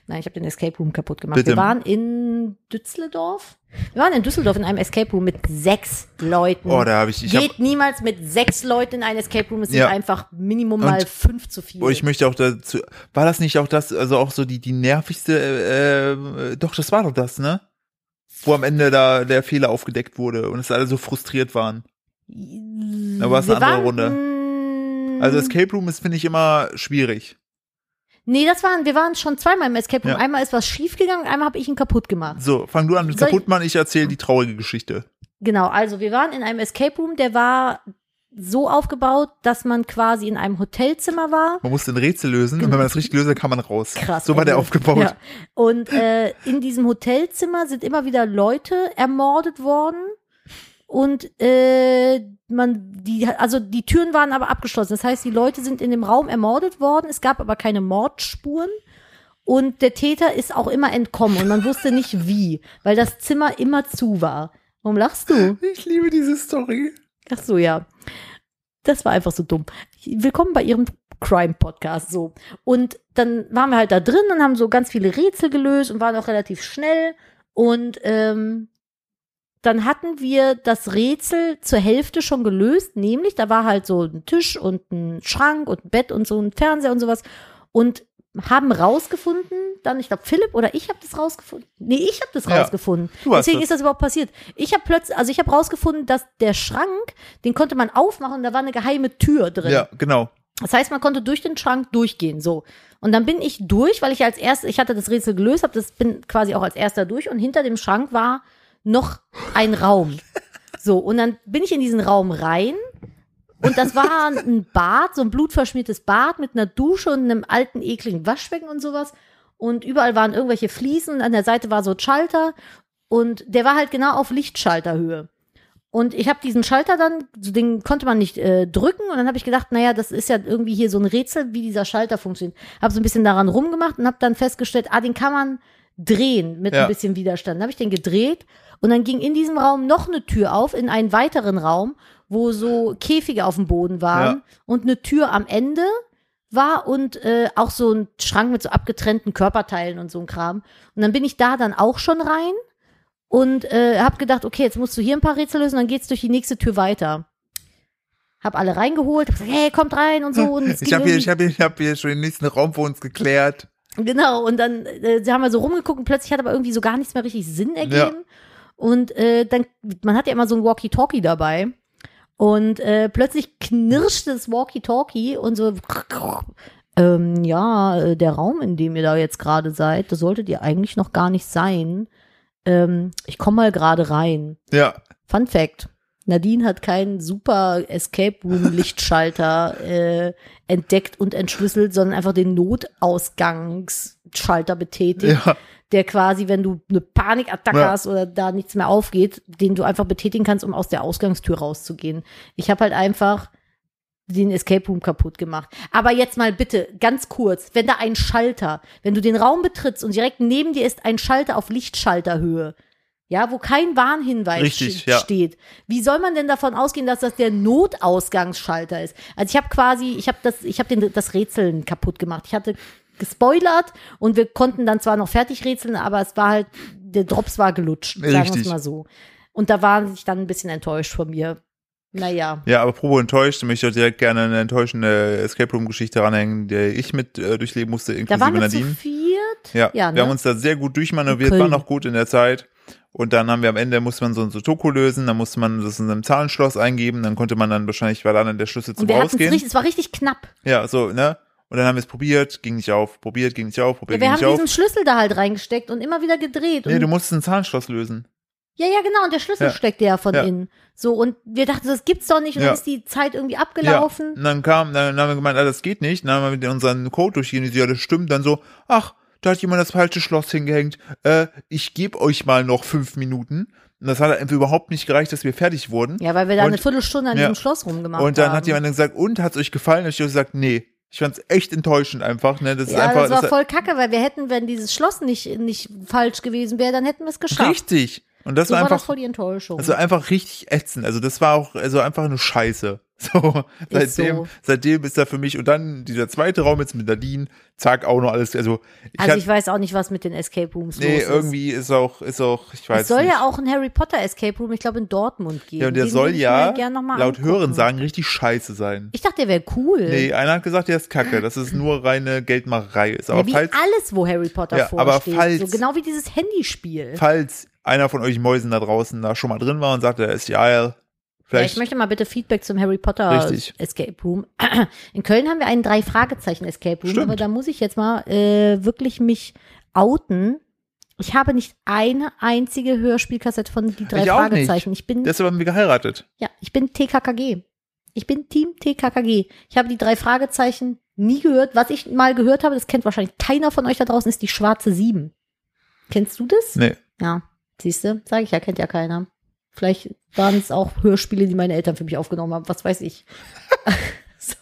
[SPEAKER 2] Nein, ich habe den Escape Room kaputt gemacht.
[SPEAKER 1] Bitte.
[SPEAKER 2] Wir waren in Düsseldorf. Wir waren in Düsseldorf in einem Escape Room mit sechs Leuten.
[SPEAKER 1] Oh, da habe ich, ich
[SPEAKER 2] Hm. Geht
[SPEAKER 1] hab,
[SPEAKER 2] niemals mit sechs Leuten in ein Escape Room. Es sind
[SPEAKER 1] Ja.
[SPEAKER 2] einfach Minimum mal
[SPEAKER 1] Und-
[SPEAKER 2] fünf zu viel.
[SPEAKER 1] oh, ich möchte auch dazu, war das nicht auch das, also auch so die, die nervigste, äh, äh, doch, das war doch das, ne? Wo am Ende da der Fehler aufgedeckt wurde und es alle so frustriert waren.
[SPEAKER 2] da
[SPEAKER 1] war es eine andere Runde.
[SPEAKER 2] Runde.
[SPEAKER 1] Also Escape Room ist, finde ich, immer schwierig.
[SPEAKER 2] nee, das waren, wir waren schon zweimal im Escape Room.
[SPEAKER 1] Ja.
[SPEAKER 2] Einmal ist was schiefgegangen, einmal habe ich ihn kaputt gemacht.
[SPEAKER 1] So, fang du an mit
[SPEAKER 2] Soll ich-
[SPEAKER 1] Kaputtmann, ich erzähle die traurige Geschichte.
[SPEAKER 2] Genau, also wir waren in einem Escape Room, der war so aufgebaut, dass man quasi in einem Hotelzimmer war.
[SPEAKER 1] Man musste ein Rätsel lösen und wenn man das richtig löst, dann kann man raus.
[SPEAKER 2] Genau. Krass.
[SPEAKER 1] So war der
[SPEAKER 2] Ende.
[SPEAKER 1] aufgebaut.
[SPEAKER 2] Ja. Und äh, in diesem Hotelzimmer sind immer wieder Leute ermordet worden. Und äh, man, die, also die Türen waren aber abgeschlossen. Das heißt, die Leute sind in dem Raum ermordet worden. Es gab aber keine Mordspuren. Und der Täter ist auch immer entkommen und man wusste nicht wie, weil das Zimmer immer zu war. Warum lachst du?
[SPEAKER 1] Ich liebe diese Story.
[SPEAKER 2] Ach so, ja. Das war einfach so dumm. Willkommen bei Ihrem Crime-Podcast, so. Und dann waren wir halt da drin und haben so ganz viele Rätsel gelöst und waren auch relativ schnell. Und ähm, dann hatten wir das Rätsel zur Hälfte schon gelöst, nämlich da war halt so ein Tisch und ein Schrank und ein Bett und so ein Fernseher und sowas. Und haben rausgefunden, dann, ich glaube, Philipp oder ich habe das rausgefunden. Nee, ich habe das
[SPEAKER 1] Ja.
[SPEAKER 2] rausgefunden.
[SPEAKER 1] Du hast
[SPEAKER 2] Deswegen
[SPEAKER 1] das.
[SPEAKER 2] ist das überhaupt passiert. Ich habe plötzlich, also ich habe rausgefunden, dass der Schrank, den konnte man aufmachen und da war eine geheime Tür drin.
[SPEAKER 1] Ja, genau.
[SPEAKER 2] Das heißt, man konnte durch den Schrank durchgehen, so. Und dann bin ich durch, weil ich als erst, ich hatte das Rätsel gelöst, habe das bin quasi auch als erster durch und hinter dem Schrank war noch ein Raum. So, und dann bin ich in diesen Raum rein und das war ein Bad, so ein blutverschmiertes Bad mit einer Dusche und einem alten ekligen Waschbecken und sowas und überall waren irgendwelche Fliesen und an der Seite war so ein Schalter und der war halt genau auf Lichtschalterhöhe. Und ich habe diesen Schalter dann, so den konnte man nicht äh, drücken. Und dann habe ich gedacht, naja, das ist ja irgendwie hier so ein Rätsel, wie dieser Schalter funktioniert. Habe so ein bisschen daran rumgemacht und habe dann festgestellt, ah, den kann man drehen mit
[SPEAKER 1] Ja.
[SPEAKER 2] ein bisschen Widerstand. Dann habe ich den gedreht und dann ging in diesem Raum noch eine Tür auf, in einen weiteren Raum, wo so Käfige auf dem Boden waren
[SPEAKER 1] Ja.
[SPEAKER 2] und eine Tür am Ende war und äh, auch so ein Schrank mit so abgetrennten Körperteilen und so ein Kram. Und dann bin ich da dann auch schon rein und äh, habe gedacht, okay, jetzt musst du hier ein paar Rätsel lösen, dann geht's durch die nächste Tür weiter. Hab alle reingeholt, hab gesagt, hey, kommt rein und so. Und es um
[SPEAKER 1] Ich
[SPEAKER 2] ging
[SPEAKER 1] habe hier,
[SPEAKER 2] irgendwie-
[SPEAKER 1] ich hab hier, ich hab hier schon den nächsten Raum für uns geklärt.
[SPEAKER 2] Genau, und dann äh, haben wir so rumgeguckt und plötzlich hat aber irgendwie so gar nichts mehr richtig Sinn ergeben. Und äh, dann, man hat ja immer so ein Walkie-Talkie dabei. Und äh, plötzlich knirschte das Walkie-Talkie und so, ähm, ja, äh, der Raum, in dem ihr da jetzt gerade seid, das solltet ihr eigentlich noch gar nicht sein. Ähm, ich komme mal gerade rein.
[SPEAKER 1] Ja,
[SPEAKER 2] Fun Fact. Nadine hat keinen super Escape Room Lichtschalter äh, entdeckt und entschlüsselt, sondern einfach den Notausgangsschalter betätigt,
[SPEAKER 1] ja.
[SPEAKER 2] der quasi, wenn du eine Panikattacke
[SPEAKER 1] Ja.
[SPEAKER 2] hast oder da nichts mehr aufgeht, den du einfach betätigen kannst, um aus der Ausgangstür rauszugehen. Ich habe halt einfach den Escape Room kaputt gemacht. Aber jetzt mal bitte, ganz kurz, wenn da ein Schalter, wenn du den Raum betrittst und direkt neben dir ist ein Schalter auf Lichtschalterhöhe, ja, wo kein Warnhinweis
[SPEAKER 1] Richtig,
[SPEAKER 2] sch-
[SPEAKER 1] ja.
[SPEAKER 2] steht. Wie soll man denn davon ausgehen, dass das der Notausgangsschalter ist? Also ich habe quasi, ich habe das, ich habe das Rätseln kaputt gemacht. Ich hatte gespoilert und wir konnten dann zwar noch fertig rätseln, aber es war halt, der Drops war gelutscht, sagen wir
[SPEAKER 1] Richtig.
[SPEAKER 2] es mal so. Und da war ich dann ein bisschen enttäuscht von mir, Naja.
[SPEAKER 1] Ja, aber Probo enttäuscht, möchte ich auch direkt gerne eine enttäuschende Escape Room Geschichte ranhängen, die ich mit äh, durchleben musste,
[SPEAKER 2] Da
[SPEAKER 1] inklusive
[SPEAKER 2] waren wir zu
[SPEAKER 1] Nadine.
[SPEAKER 2] viert.
[SPEAKER 1] Ja,
[SPEAKER 2] ja
[SPEAKER 1] wir
[SPEAKER 2] ne?
[SPEAKER 1] haben uns da sehr gut durchmanövriert,
[SPEAKER 2] In Köln.
[SPEAKER 1] waren auch gut in der Zeit. Und dann haben wir am Ende, musste man so ein Sudoku lösen, dann musste man das in einem Zahlenschloss eingeben, dann konnte man dann wahrscheinlich, war dann der Schlüssel
[SPEAKER 2] und
[SPEAKER 1] zum
[SPEAKER 2] wir hatten es
[SPEAKER 1] Ausgehen.
[SPEAKER 2] richtig, es war richtig knapp.
[SPEAKER 1] Ja, so, ne? Und dann haben wir es probiert, ging nicht auf, probiert, ging nicht auf,
[SPEAKER 2] Ja,
[SPEAKER 1] probiert,
[SPEAKER 2] wir haben
[SPEAKER 1] ging nicht
[SPEAKER 2] diesen
[SPEAKER 1] auf.
[SPEAKER 2] Schlüssel da halt reingesteckt und immer wieder gedreht.
[SPEAKER 1] Nee,
[SPEAKER 2] und
[SPEAKER 1] du musstest ein Zahnschloss lösen.
[SPEAKER 2] Ja, ja, genau. Und der Schlüssel
[SPEAKER 1] Ja.
[SPEAKER 2] steckte ja von
[SPEAKER 1] Ja.
[SPEAKER 2] innen. So, und wir dachten, das gibt's doch nicht. Und
[SPEAKER 1] Ja.
[SPEAKER 2] dann ist die Zeit irgendwie abgelaufen.
[SPEAKER 1] Ja. Mhm. Und dann kam, dann haben wir gemeint, ah, das geht nicht. Dann haben wir mit unseren Code durchgehen, die so, ja, das stimmt. Dann so, ach, da hat jemand das falsche Schloss hingehängt. Äh, ich gebe euch mal noch fünf Minuten. Und das hat einfach überhaupt nicht gereicht, dass wir fertig wurden.
[SPEAKER 2] Ja, weil wir da
[SPEAKER 1] Und-
[SPEAKER 2] eine Viertelstunde an
[SPEAKER 1] ja.
[SPEAKER 2] diesem Schloss rumgemacht haben.
[SPEAKER 1] Und dann hat jemand dann gesagt, und hat's euch gefallen? Und ich habe gesagt, nee. Ich fand's echt enttäuschend einfach. Ne? Das ist
[SPEAKER 2] Ja,
[SPEAKER 1] einfach
[SPEAKER 2] das war
[SPEAKER 1] das-
[SPEAKER 2] voll kacke, weil wir hätten, wenn dieses Schloss nicht, nicht falsch gewesen wäre, dann hätten wir es geschafft.
[SPEAKER 1] richtig. Und das
[SPEAKER 2] so
[SPEAKER 1] war
[SPEAKER 2] war das
[SPEAKER 1] einfach,
[SPEAKER 2] voll die Enttäuschung.
[SPEAKER 1] also einfach richtig ätzend. Also das war auch, also einfach eine Scheiße. So,
[SPEAKER 2] Ist
[SPEAKER 1] seitdem,
[SPEAKER 2] so.
[SPEAKER 1] seitdem ist da für mich. Und dann dieser zweite Raum jetzt mit Nadine, zack, auch noch alles. Also ich,
[SPEAKER 2] also
[SPEAKER 1] hatte-
[SPEAKER 2] ich weiß auch nicht, was mit den Escape Rooms
[SPEAKER 1] Nee,
[SPEAKER 2] los ist.
[SPEAKER 1] irgendwie ist auch, ist auch, ich weiß
[SPEAKER 2] Es soll
[SPEAKER 1] nicht.
[SPEAKER 2] ja auch ein Harry Potter Escape Room, ich glaube, in Dortmund geben.
[SPEAKER 1] ja, und der
[SPEAKER 2] Den
[SPEAKER 1] soll
[SPEAKER 2] würde ich mir
[SPEAKER 1] ja,
[SPEAKER 2] gern noch mal
[SPEAKER 1] laut
[SPEAKER 2] angucken.
[SPEAKER 1] Hörensagen richtig scheiße sein.
[SPEAKER 2] Ich dachte, der wäre cool.
[SPEAKER 1] Nee, einer hat gesagt, der ist kacke. Das ist nur reine Geldmacherei. Ist aber
[SPEAKER 2] Ja, wie
[SPEAKER 1] falls,
[SPEAKER 2] alles, wo Harry Potter
[SPEAKER 1] Ja, aber
[SPEAKER 2] vorsteht.
[SPEAKER 1] falls-
[SPEAKER 2] so genau wie dieses Handyspiel.
[SPEAKER 1] falls einer von euch Mäusen da draußen da schon mal drin war und sagte, er ist die Isle,
[SPEAKER 2] Ja, ich
[SPEAKER 1] vielleicht,
[SPEAKER 2] möchte mal bitte Feedback zum Harry Potter
[SPEAKER 1] Richtig.
[SPEAKER 2] Escape Room. In Köln haben wir einen drei Fragezeichen Escape Room,
[SPEAKER 1] Stimmt.
[SPEAKER 2] aber da muss ich jetzt mal äh, wirklich mich outen. Ich habe nicht eine einzige Hörspielkassette von die drei
[SPEAKER 1] Ich auch nicht.
[SPEAKER 2] Fragezeichen. Ich bin
[SPEAKER 1] deshalb haben wir geheiratet.
[SPEAKER 2] ja, ich bin TKKG. Ich bin Team TKKG. Ich habe die drei Fragezeichen nie gehört. Was ich mal gehört habe, das kennt wahrscheinlich keiner von euch da draußen, ist die schwarze Sieben. Kennst du das?
[SPEAKER 1] Nee.
[SPEAKER 2] Ja, siehste, sag sage ich ja, kennt ja keiner. Vielleicht waren es auch Hörspiele, die meine Eltern für mich aufgenommen haben, was weiß ich. so.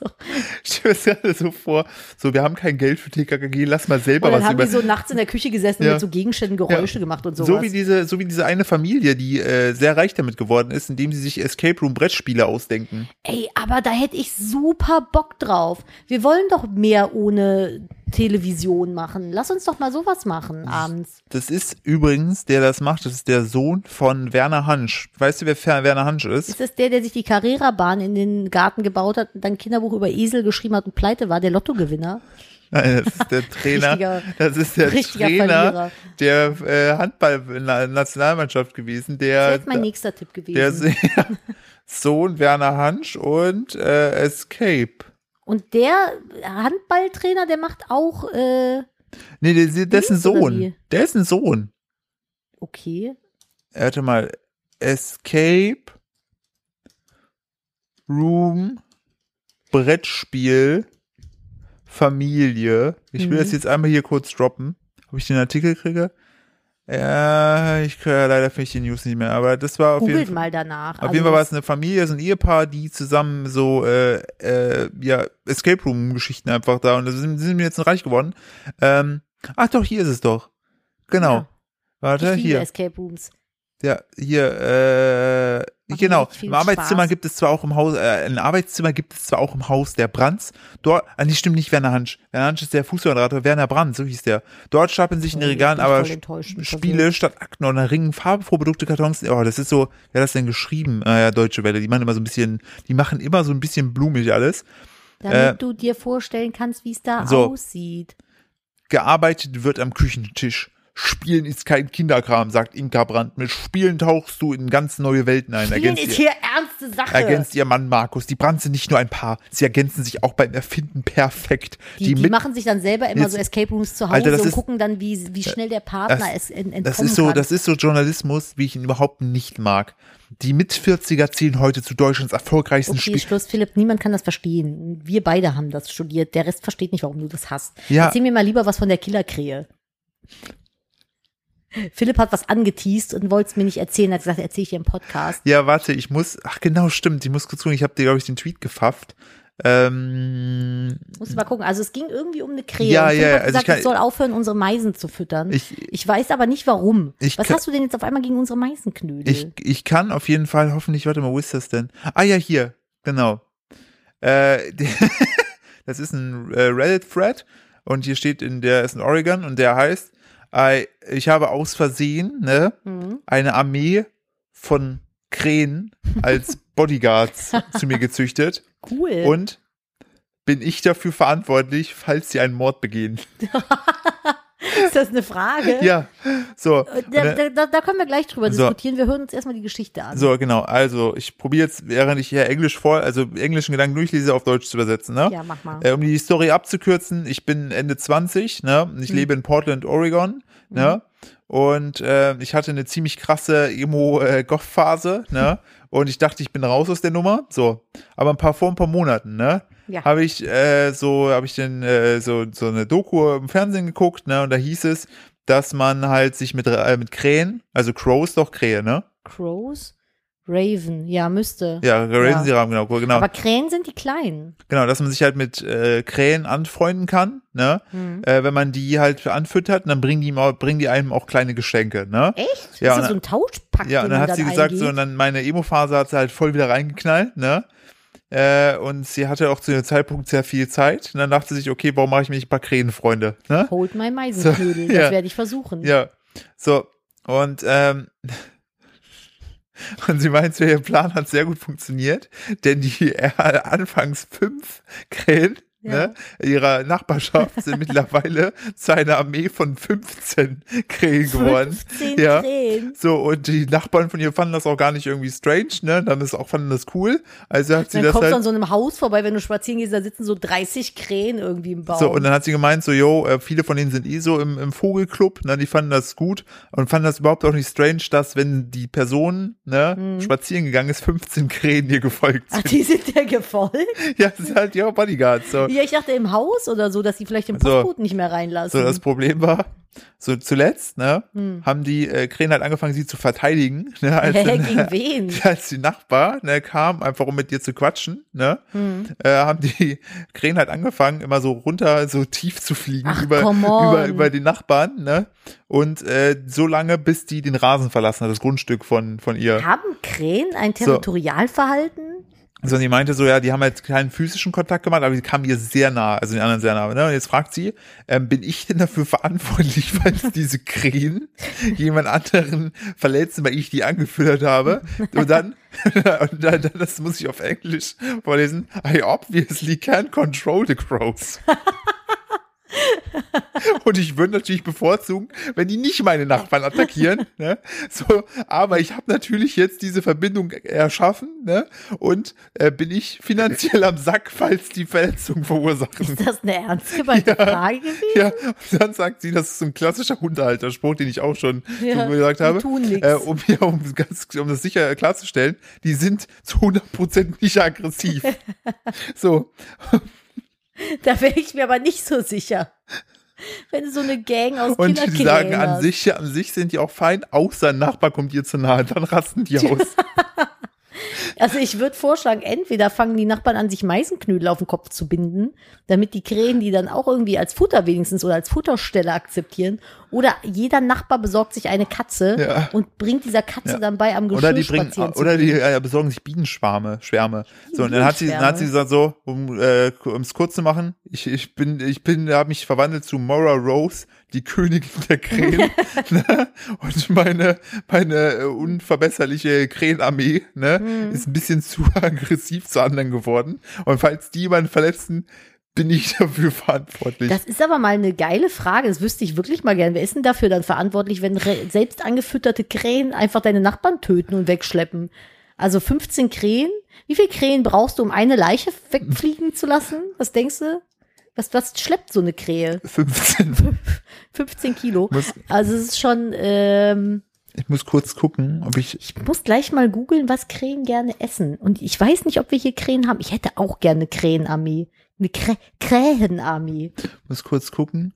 [SPEAKER 1] Ich stelle mir das gerade so vor, so, wir haben kein Geld für TKKG, lass mal selber
[SPEAKER 2] Und dann
[SPEAKER 1] was
[SPEAKER 2] haben
[SPEAKER 1] über.
[SPEAKER 2] die so nachts in der Küche gesessen
[SPEAKER 1] Ja.
[SPEAKER 2] und mit so Gegenständen Geräusche gemacht und sowas.
[SPEAKER 1] So wie diese, so wie diese eine Familie, die äh, sehr reich damit geworden ist, indem sie sich Escape Room Brettspiele ausdenken.
[SPEAKER 2] Ey, aber da hätte ich super Bock drauf. Wir wollen doch mehr ohne Television machen. Lass uns doch mal sowas machen abends.
[SPEAKER 1] Das ist übrigens, der das macht, das ist der Sohn von Werner Hansch. Weißt du, wer Fer- Werner Hansch ist?
[SPEAKER 2] Ist das der, der sich die Carrera-Bahn in den Garten gebaut hat und dann ein Kinderbuch über Esel geschrieben hat und pleite war, der Lottogewinner?
[SPEAKER 1] Nein, Äh, das ist der Trainer.
[SPEAKER 2] Richtiger-
[SPEAKER 1] Das ist der
[SPEAKER 2] richtiger
[SPEAKER 1] Trainer
[SPEAKER 2] Verlierer.
[SPEAKER 1] der äh, Handball-Nationalmannschaft gewesen,
[SPEAKER 2] Das
[SPEAKER 1] der,
[SPEAKER 2] wäre jetzt mein nächster Tipp gewesen.
[SPEAKER 1] Äh, der Sohn Werner Hansch und äh, Escape.
[SPEAKER 2] Und der Handballtrainer, der macht auch, äh,
[SPEAKER 1] Nee, der, der, dessen
[SPEAKER 2] Links oder
[SPEAKER 1] Sohn.
[SPEAKER 2] wie?
[SPEAKER 1] Der ist ein Sohn.
[SPEAKER 2] okay.
[SPEAKER 1] Äh, Warte mal. Escape Room Brettspiel Familie. Ich will
[SPEAKER 2] Mhm.
[SPEAKER 1] das jetzt einmal hier kurz droppen. Ob ich den Artikel kriege? Ja, ich kriege leider finde ich die News nicht mehr, aber das war auf jeden
[SPEAKER 2] Googelt
[SPEAKER 1] Fall.
[SPEAKER 2] mal danach. Also
[SPEAKER 1] Auf jeden Fall war es eine Familie, so ein Ehepaar, die zusammen so äh, äh, ja, Escape Room-Geschichten einfach da und das sind, sind mir jetzt reich geworden. Ähm, ach doch, hier ist es doch. Genau.
[SPEAKER 2] Ja.
[SPEAKER 1] Warte,
[SPEAKER 2] ich liebe
[SPEAKER 1] hier.
[SPEAKER 2] Escape Rooms.
[SPEAKER 1] Ja, hier, äh,
[SPEAKER 2] Macht
[SPEAKER 1] genau.
[SPEAKER 2] richtig viel
[SPEAKER 1] Im Arbeitszimmer
[SPEAKER 2] Spaß.
[SPEAKER 1] gibt es zwar auch im Haus, äh, ein Arbeitszimmer gibt es zwar auch im Haus der Brands. Dort, ah, nee, stimmt nicht Werner Hansch. Werner Hansch ist der Fußballrater, Werner Brand, so hieß der. Dort stapeln sich in den
[SPEAKER 2] Sorry,
[SPEAKER 1] Regalen
[SPEAKER 2] ich bin
[SPEAKER 1] aber
[SPEAKER 2] voll enttäuscht mit
[SPEAKER 1] Spiele statt Akten oder Ringen, farbenfrohe Produkte, Kartons. Oh, das ist so, wer hat das denn geschrieben? Ah, ja, Deutsche Welle, die machen immer so ein bisschen, die machen immer so ein bisschen blumig alles.
[SPEAKER 2] Damit
[SPEAKER 1] Äh,
[SPEAKER 2] du dir vorstellen kannst, wie es da
[SPEAKER 1] so.
[SPEAKER 2] aussieht.
[SPEAKER 1] Gearbeitet wird am Küchentisch. Spielen ist kein Kinderkram, sagt Inka Brandt. Mit Spielen tauchst du in ganz neue Welten ein.
[SPEAKER 2] Spielen
[SPEAKER 1] ergänzt
[SPEAKER 2] ist
[SPEAKER 1] ihr-
[SPEAKER 2] hier ernste Sache.
[SPEAKER 1] Ergänzt ihr Mann Markus. Die Brands sind nicht nur ein Paar, sie ergänzen sich auch beim Erfinden perfekt.
[SPEAKER 2] die, die
[SPEAKER 1] mit-
[SPEAKER 2] machen sich dann selber immer
[SPEAKER 1] Jetzt-
[SPEAKER 2] so Escape Rooms zu Hause
[SPEAKER 1] Alter, das
[SPEAKER 2] und
[SPEAKER 1] ist- Äh,
[SPEAKER 2] gucken dann, wie, wie schnell der
[SPEAKER 1] das,
[SPEAKER 2] Partner es ent entkommen
[SPEAKER 1] das ist so,
[SPEAKER 2] kann.
[SPEAKER 1] das ist so Journalismus, wie ich ihn überhaupt nicht mag. Die mit 40er zählen heute zu Deutschlands erfolgreichsten
[SPEAKER 2] Okay,
[SPEAKER 1] Spiel.
[SPEAKER 2] Schluss, Philipp, niemand kann das verstehen. Wir beide haben das studiert. Der Rest versteht nicht, warum du das hast.
[SPEAKER 1] Ja.
[SPEAKER 2] Erzähl mir mal lieber was von der Killerkrähe. Philipp hat was angeteased und wollte es mir nicht erzählen. Er hat gesagt, erzähle ich dir im Podcast.
[SPEAKER 1] Ja, warte, ich muss. Ach genau, stimmt. Ich muss kurz gucken. Ich habe dir glaube ich den Tweet gefafft. Ähm,
[SPEAKER 2] Musst du mal gucken. Also es ging irgendwie um eine Krähe.
[SPEAKER 1] Ja,
[SPEAKER 2] Und Philipp
[SPEAKER 1] ja,
[SPEAKER 2] hat
[SPEAKER 1] also ich
[SPEAKER 2] gesagt,
[SPEAKER 1] kann-
[SPEAKER 2] ich soll aufhören, unsere Meisen zu füttern.
[SPEAKER 1] Ich-
[SPEAKER 2] weiß aber nicht, warum.
[SPEAKER 1] Ich
[SPEAKER 2] was
[SPEAKER 1] kann-
[SPEAKER 2] hast du denn jetzt auf einmal gegen unsere Meisenknödel?
[SPEAKER 1] ich, ich kann auf jeden Fall hoffentlich. Warte mal, wo ist das denn? Ah ja, hier. Genau. Äh, die- das ist ein äh, Reddit-Thread und hier steht in der ist in Oregon und der heißt,
[SPEAKER 2] Hm.
[SPEAKER 1] I, ich habe aus Versehen ne, eine Armee von Krähen als Bodyguards zu mir gezüchtet.
[SPEAKER 2] Cool.
[SPEAKER 1] Und bin ich dafür verantwortlich, falls sie einen Mord begehen?
[SPEAKER 2] ist das eine Frage?
[SPEAKER 1] Ja, so.
[SPEAKER 2] Äh, Da, da, da- da können wir gleich drüber
[SPEAKER 1] So.
[SPEAKER 2] diskutieren. Wir hören uns erstmal die Geschichte an.
[SPEAKER 1] So, genau. Also, ich probiere jetzt, während ich hier Englisch vor, also englischen Gedanken durchlese, auf Deutsch zu übersetzen, ne?
[SPEAKER 2] Ja, mach mal.
[SPEAKER 1] Äh, um die Story abzukürzen, ich bin Ende 20, ne? Und
[SPEAKER 2] Mhm.
[SPEAKER 1] Ich lebe in Portland, Oregon, ne? Und äh, ich hatte eine ziemlich krasse Emo-Goff-Phase, ne? Und ich dachte, ich bin raus aus der Nummer. So. Aber ein paar vor ein paar Monaten, ne?
[SPEAKER 2] Ja.
[SPEAKER 1] Habe ich äh, so, habe ich denn äh, so, so eine Doku im Fernsehen geguckt, ne? Und da hieß es, dass man halt sich mit, äh, mit Krähen, also Crows doch Krähe, ne?
[SPEAKER 2] Crows? Raven, ja, müsste.
[SPEAKER 1] Ja, Raven sie Raben, genau, genau.
[SPEAKER 2] Aber Krähen sind die Kleinen.
[SPEAKER 1] genau, dass man sich halt mit äh, Krähen anfreunden kann, ne?
[SPEAKER 2] Hm.
[SPEAKER 1] Äh, wenn man die halt anfüttert, dann bringen die, ihm auch, bringen die einem auch kleine Geschenke, ne?
[SPEAKER 2] Echt?
[SPEAKER 1] Ja,
[SPEAKER 2] ist
[SPEAKER 1] und
[SPEAKER 2] das so ein Tauschpakt,
[SPEAKER 1] Ja,
[SPEAKER 2] den
[SPEAKER 1] und dann
[SPEAKER 2] man
[SPEAKER 1] hat sie gesagt, so, ne? und dann meine Emo-Phase hat sie halt voll wieder reingeknallt, ne? Äh, und sie hatte auch zu dem Zeitpunkt sehr viel Zeit. Und dann dachte sie sich, okay, warum mache ich mir nicht ein paar Krähenfreunde, ne?
[SPEAKER 2] Hold my Meisenknödel,
[SPEAKER 1] So, ja.
[SPEAKER 2] das werde ich versuchen.
[SPEAKER 1] Ja, so. Und, ähm, und sie meint, so, ihr Plan hat sehr gut funktioniert, denn die äh, anfangs fünf Krähen
[SPEAKER 2] Ja.
[SPEAKER 1] ne, ihrer Nachbarschaft sind mittlerweile zu einer Armee von 15 Krähen geworden.
[SPEAKER 2] 15
[SPEAKER 1] Ja.
[SPEAKER 2] Krähen.
[SPEAKER 1] So, und die Nachbarn von ihr fanden das auch gar nicht irgendwie strange, ne? Dann ist auch fanden das cool. Also hat sie
[SPEAKER 2] Dann
[SPEAKER 1] das
[SPEAKER 2] kommst du an
[SPEAKER 1] halt.
[SPEAKER 2] so einem Haus vorbei, wenn du spazieren gehst, da sitzen so 30 Krähen irgendwie im Baum.
[SPEAKER 1] So, und dann hat sie gemeint, so, yo, äh, viele von denen sind eh so im, im Vogelclub, ne, die fanden das gut und fanden das überhaupt auch nicht strange, dass, wenn die Person, ne, spazieren gegangen ist, 15 Krähen ihr gefolgt
[SPEAKER 2] Mhm. Ach,
[SPEAKER 1] sind.
[SPEAKER 2] die sind ja gefolgt.
[SPEAKER 1] ja, das sind halt ihre Bodyguards, so.
[SPEAKER 2] Ja, ich dachte im Haus oder so, dass die vielleicht den
[SPEAKER 1] So.
[SPEAKER 2] Postboten nicht mehr reinlassen.
[SPEAKER 1] Also, So, das Problem war, so zuletzt, ne,
[SPEAKER 2] Mhm.
[SPEAKER 1] haben die äh, Krähen halt angefangen, sie zu verteidigen, ne, als,
[SPEAKER 2] Hä,
[SPEAKER 1] dann,
[SPEAKER 2] gegen wen?
[SPEAKER 1] als die Nachbar, ne, kam, einfach um mit dir zu quatschen, ne,
[SPEAKER 2] Hm.
[SPEAKER 1] äh, haben die Krähen halt angefangen, immer so runter, so tief zu fliegen
[SPEAKER 2] Ach,
[SPEAKER 1] über,
[SPEAKER 2] come on.
[SPEAKER 1] über, über die Nachbarn, ne, und äh, so lange, bis die den Rasen verlassen hat, das Grundstück von, von ihr.
[SPEAKER 2] Haben Krähen ein Territorialverhalten?
[SPEAKER 1] So, und die meinte so, ja, die haben halt keinen physischen Kontakt gemacht, aber die kamen ihr sehr nah, also den anderen sehr nah. Ne? Und jetzt fragt sie, ähm, bin ich denn dafür verantwortlich, falls diese Krähen jemand anderen verletzen, weil ich die angefüttert habe? Und dann, und dann, dann- das muss ich auf Englisch vorlesen, I obviously can't control the crows. Und ich würde natürlich bevorzugen, wenn die nicht meine Nachbarn attackieren. Ne? So, aber ich habe natürlich jetzt diese Verbindung erschaffen ne? und äh, bin ich finanziell am Sack, falls die Verletzung verursachen.
[SPEAKER 2] Ist das eine ernst gemeinte Frage gewesen?
[SPEAKER 1] Ja, und dann sagt sie, das ist so ein klassischer Hundehalterspruch, den ich auch schon
[SPEAKER 2] Ja,
[SPEAKER 1] so gesagt
[SPEAKER 2] die
[SPEAKER 1] habe.
[SPEAKER 2] tun nix.
[SPEAKER 1] äh, um, ja, um, ganz, um das sicher klarzustellen, die sind zu 100% nicht aggressiv. so,
[SPEAKER 2] Da wäre ich mir aber nicht so sicher. Wenn du so eine Gang aus
[SPEAKER 1] und
[SPEAKER 2] Kinderkrähen
[SPEAKER 1] die sagen, an
[SPEAKER 2] hast.
[SPEAKER 1] sich, an sich sind die auch fein, außer ein Nachbar kommt ihr zu nahe, dann rasten die aus.
[SPEAKER 2] Also ich würde vorschlagen, entweder fangen die Nachbarn an, sich Meisenknödel auf den Kopf zu binden, damit die Krähen die dann auch irgendwie als Futter wenigstens oder als Futterstelle akzeptieren. Oder jeder Nachbar besorgt sich eine Katze
[SPEAKER 1] Ja.
[SPEAKER 2] und bringt dieser Katze dann bei am Geschirr
[SPEAKER 1] Oder die bringen,
[SPEAKER 2] spazieren zu
[SPEAKER 1] oder die
[SPEAKER 2] gehen.
[SPEAKER 1] äh, besorgen sich Bienenschwärme, Schwärme. So, und dann hat sie, dann hat sie gesagt so, um äh, es kurz zu machen, ich, ich bin, ich bin, habe mich verwandelt zu Mora Rose, die Königin der Krähen, ne? Und meine, meine äh, unverbesserliche Krähenarmee, ne,
[SPEAKER 2] Hm.
[SPEAKER 1] ist ein bisschen zu aggressiv zu anderen geworden. Und falls die jemanden verletzen, bin ich dafür verantwortlich.
[SPEAKER 2] Das ist aber mal eine geile Frage. Das wüsste ich wirklich mal gern. Wer ist denn dafür dann verantwortlich, wenn re- selbst angefütterte Krähen einfach deine Nachbarn töten und wegschleppen? Also 15 Krähen? Wie viele Krähen brauchst du, um eine Leiche wegfliegen zu lassen? Was denkst du? Was, was schleppt so eine Krähe?
[SPEAKER 1] 15.
[SPEAKER 2] 15 Kilo.
[SPEAKER 1] Muss-
[SPEAKER 2] Also es ist schon, ähm,
[SPEAKER 1] Ich muss kurz gucken, ob ich
[SPEAKER 2] ich muss gleich mal googeln, was Krähen gerne essen. Und ich weiß nicht, ob wir hier Krähen haben. Ich hätte auch gerne Krähenarmee. Eine Krä Krähenarmee.
[SPEAKER 1] muss kurz gucken.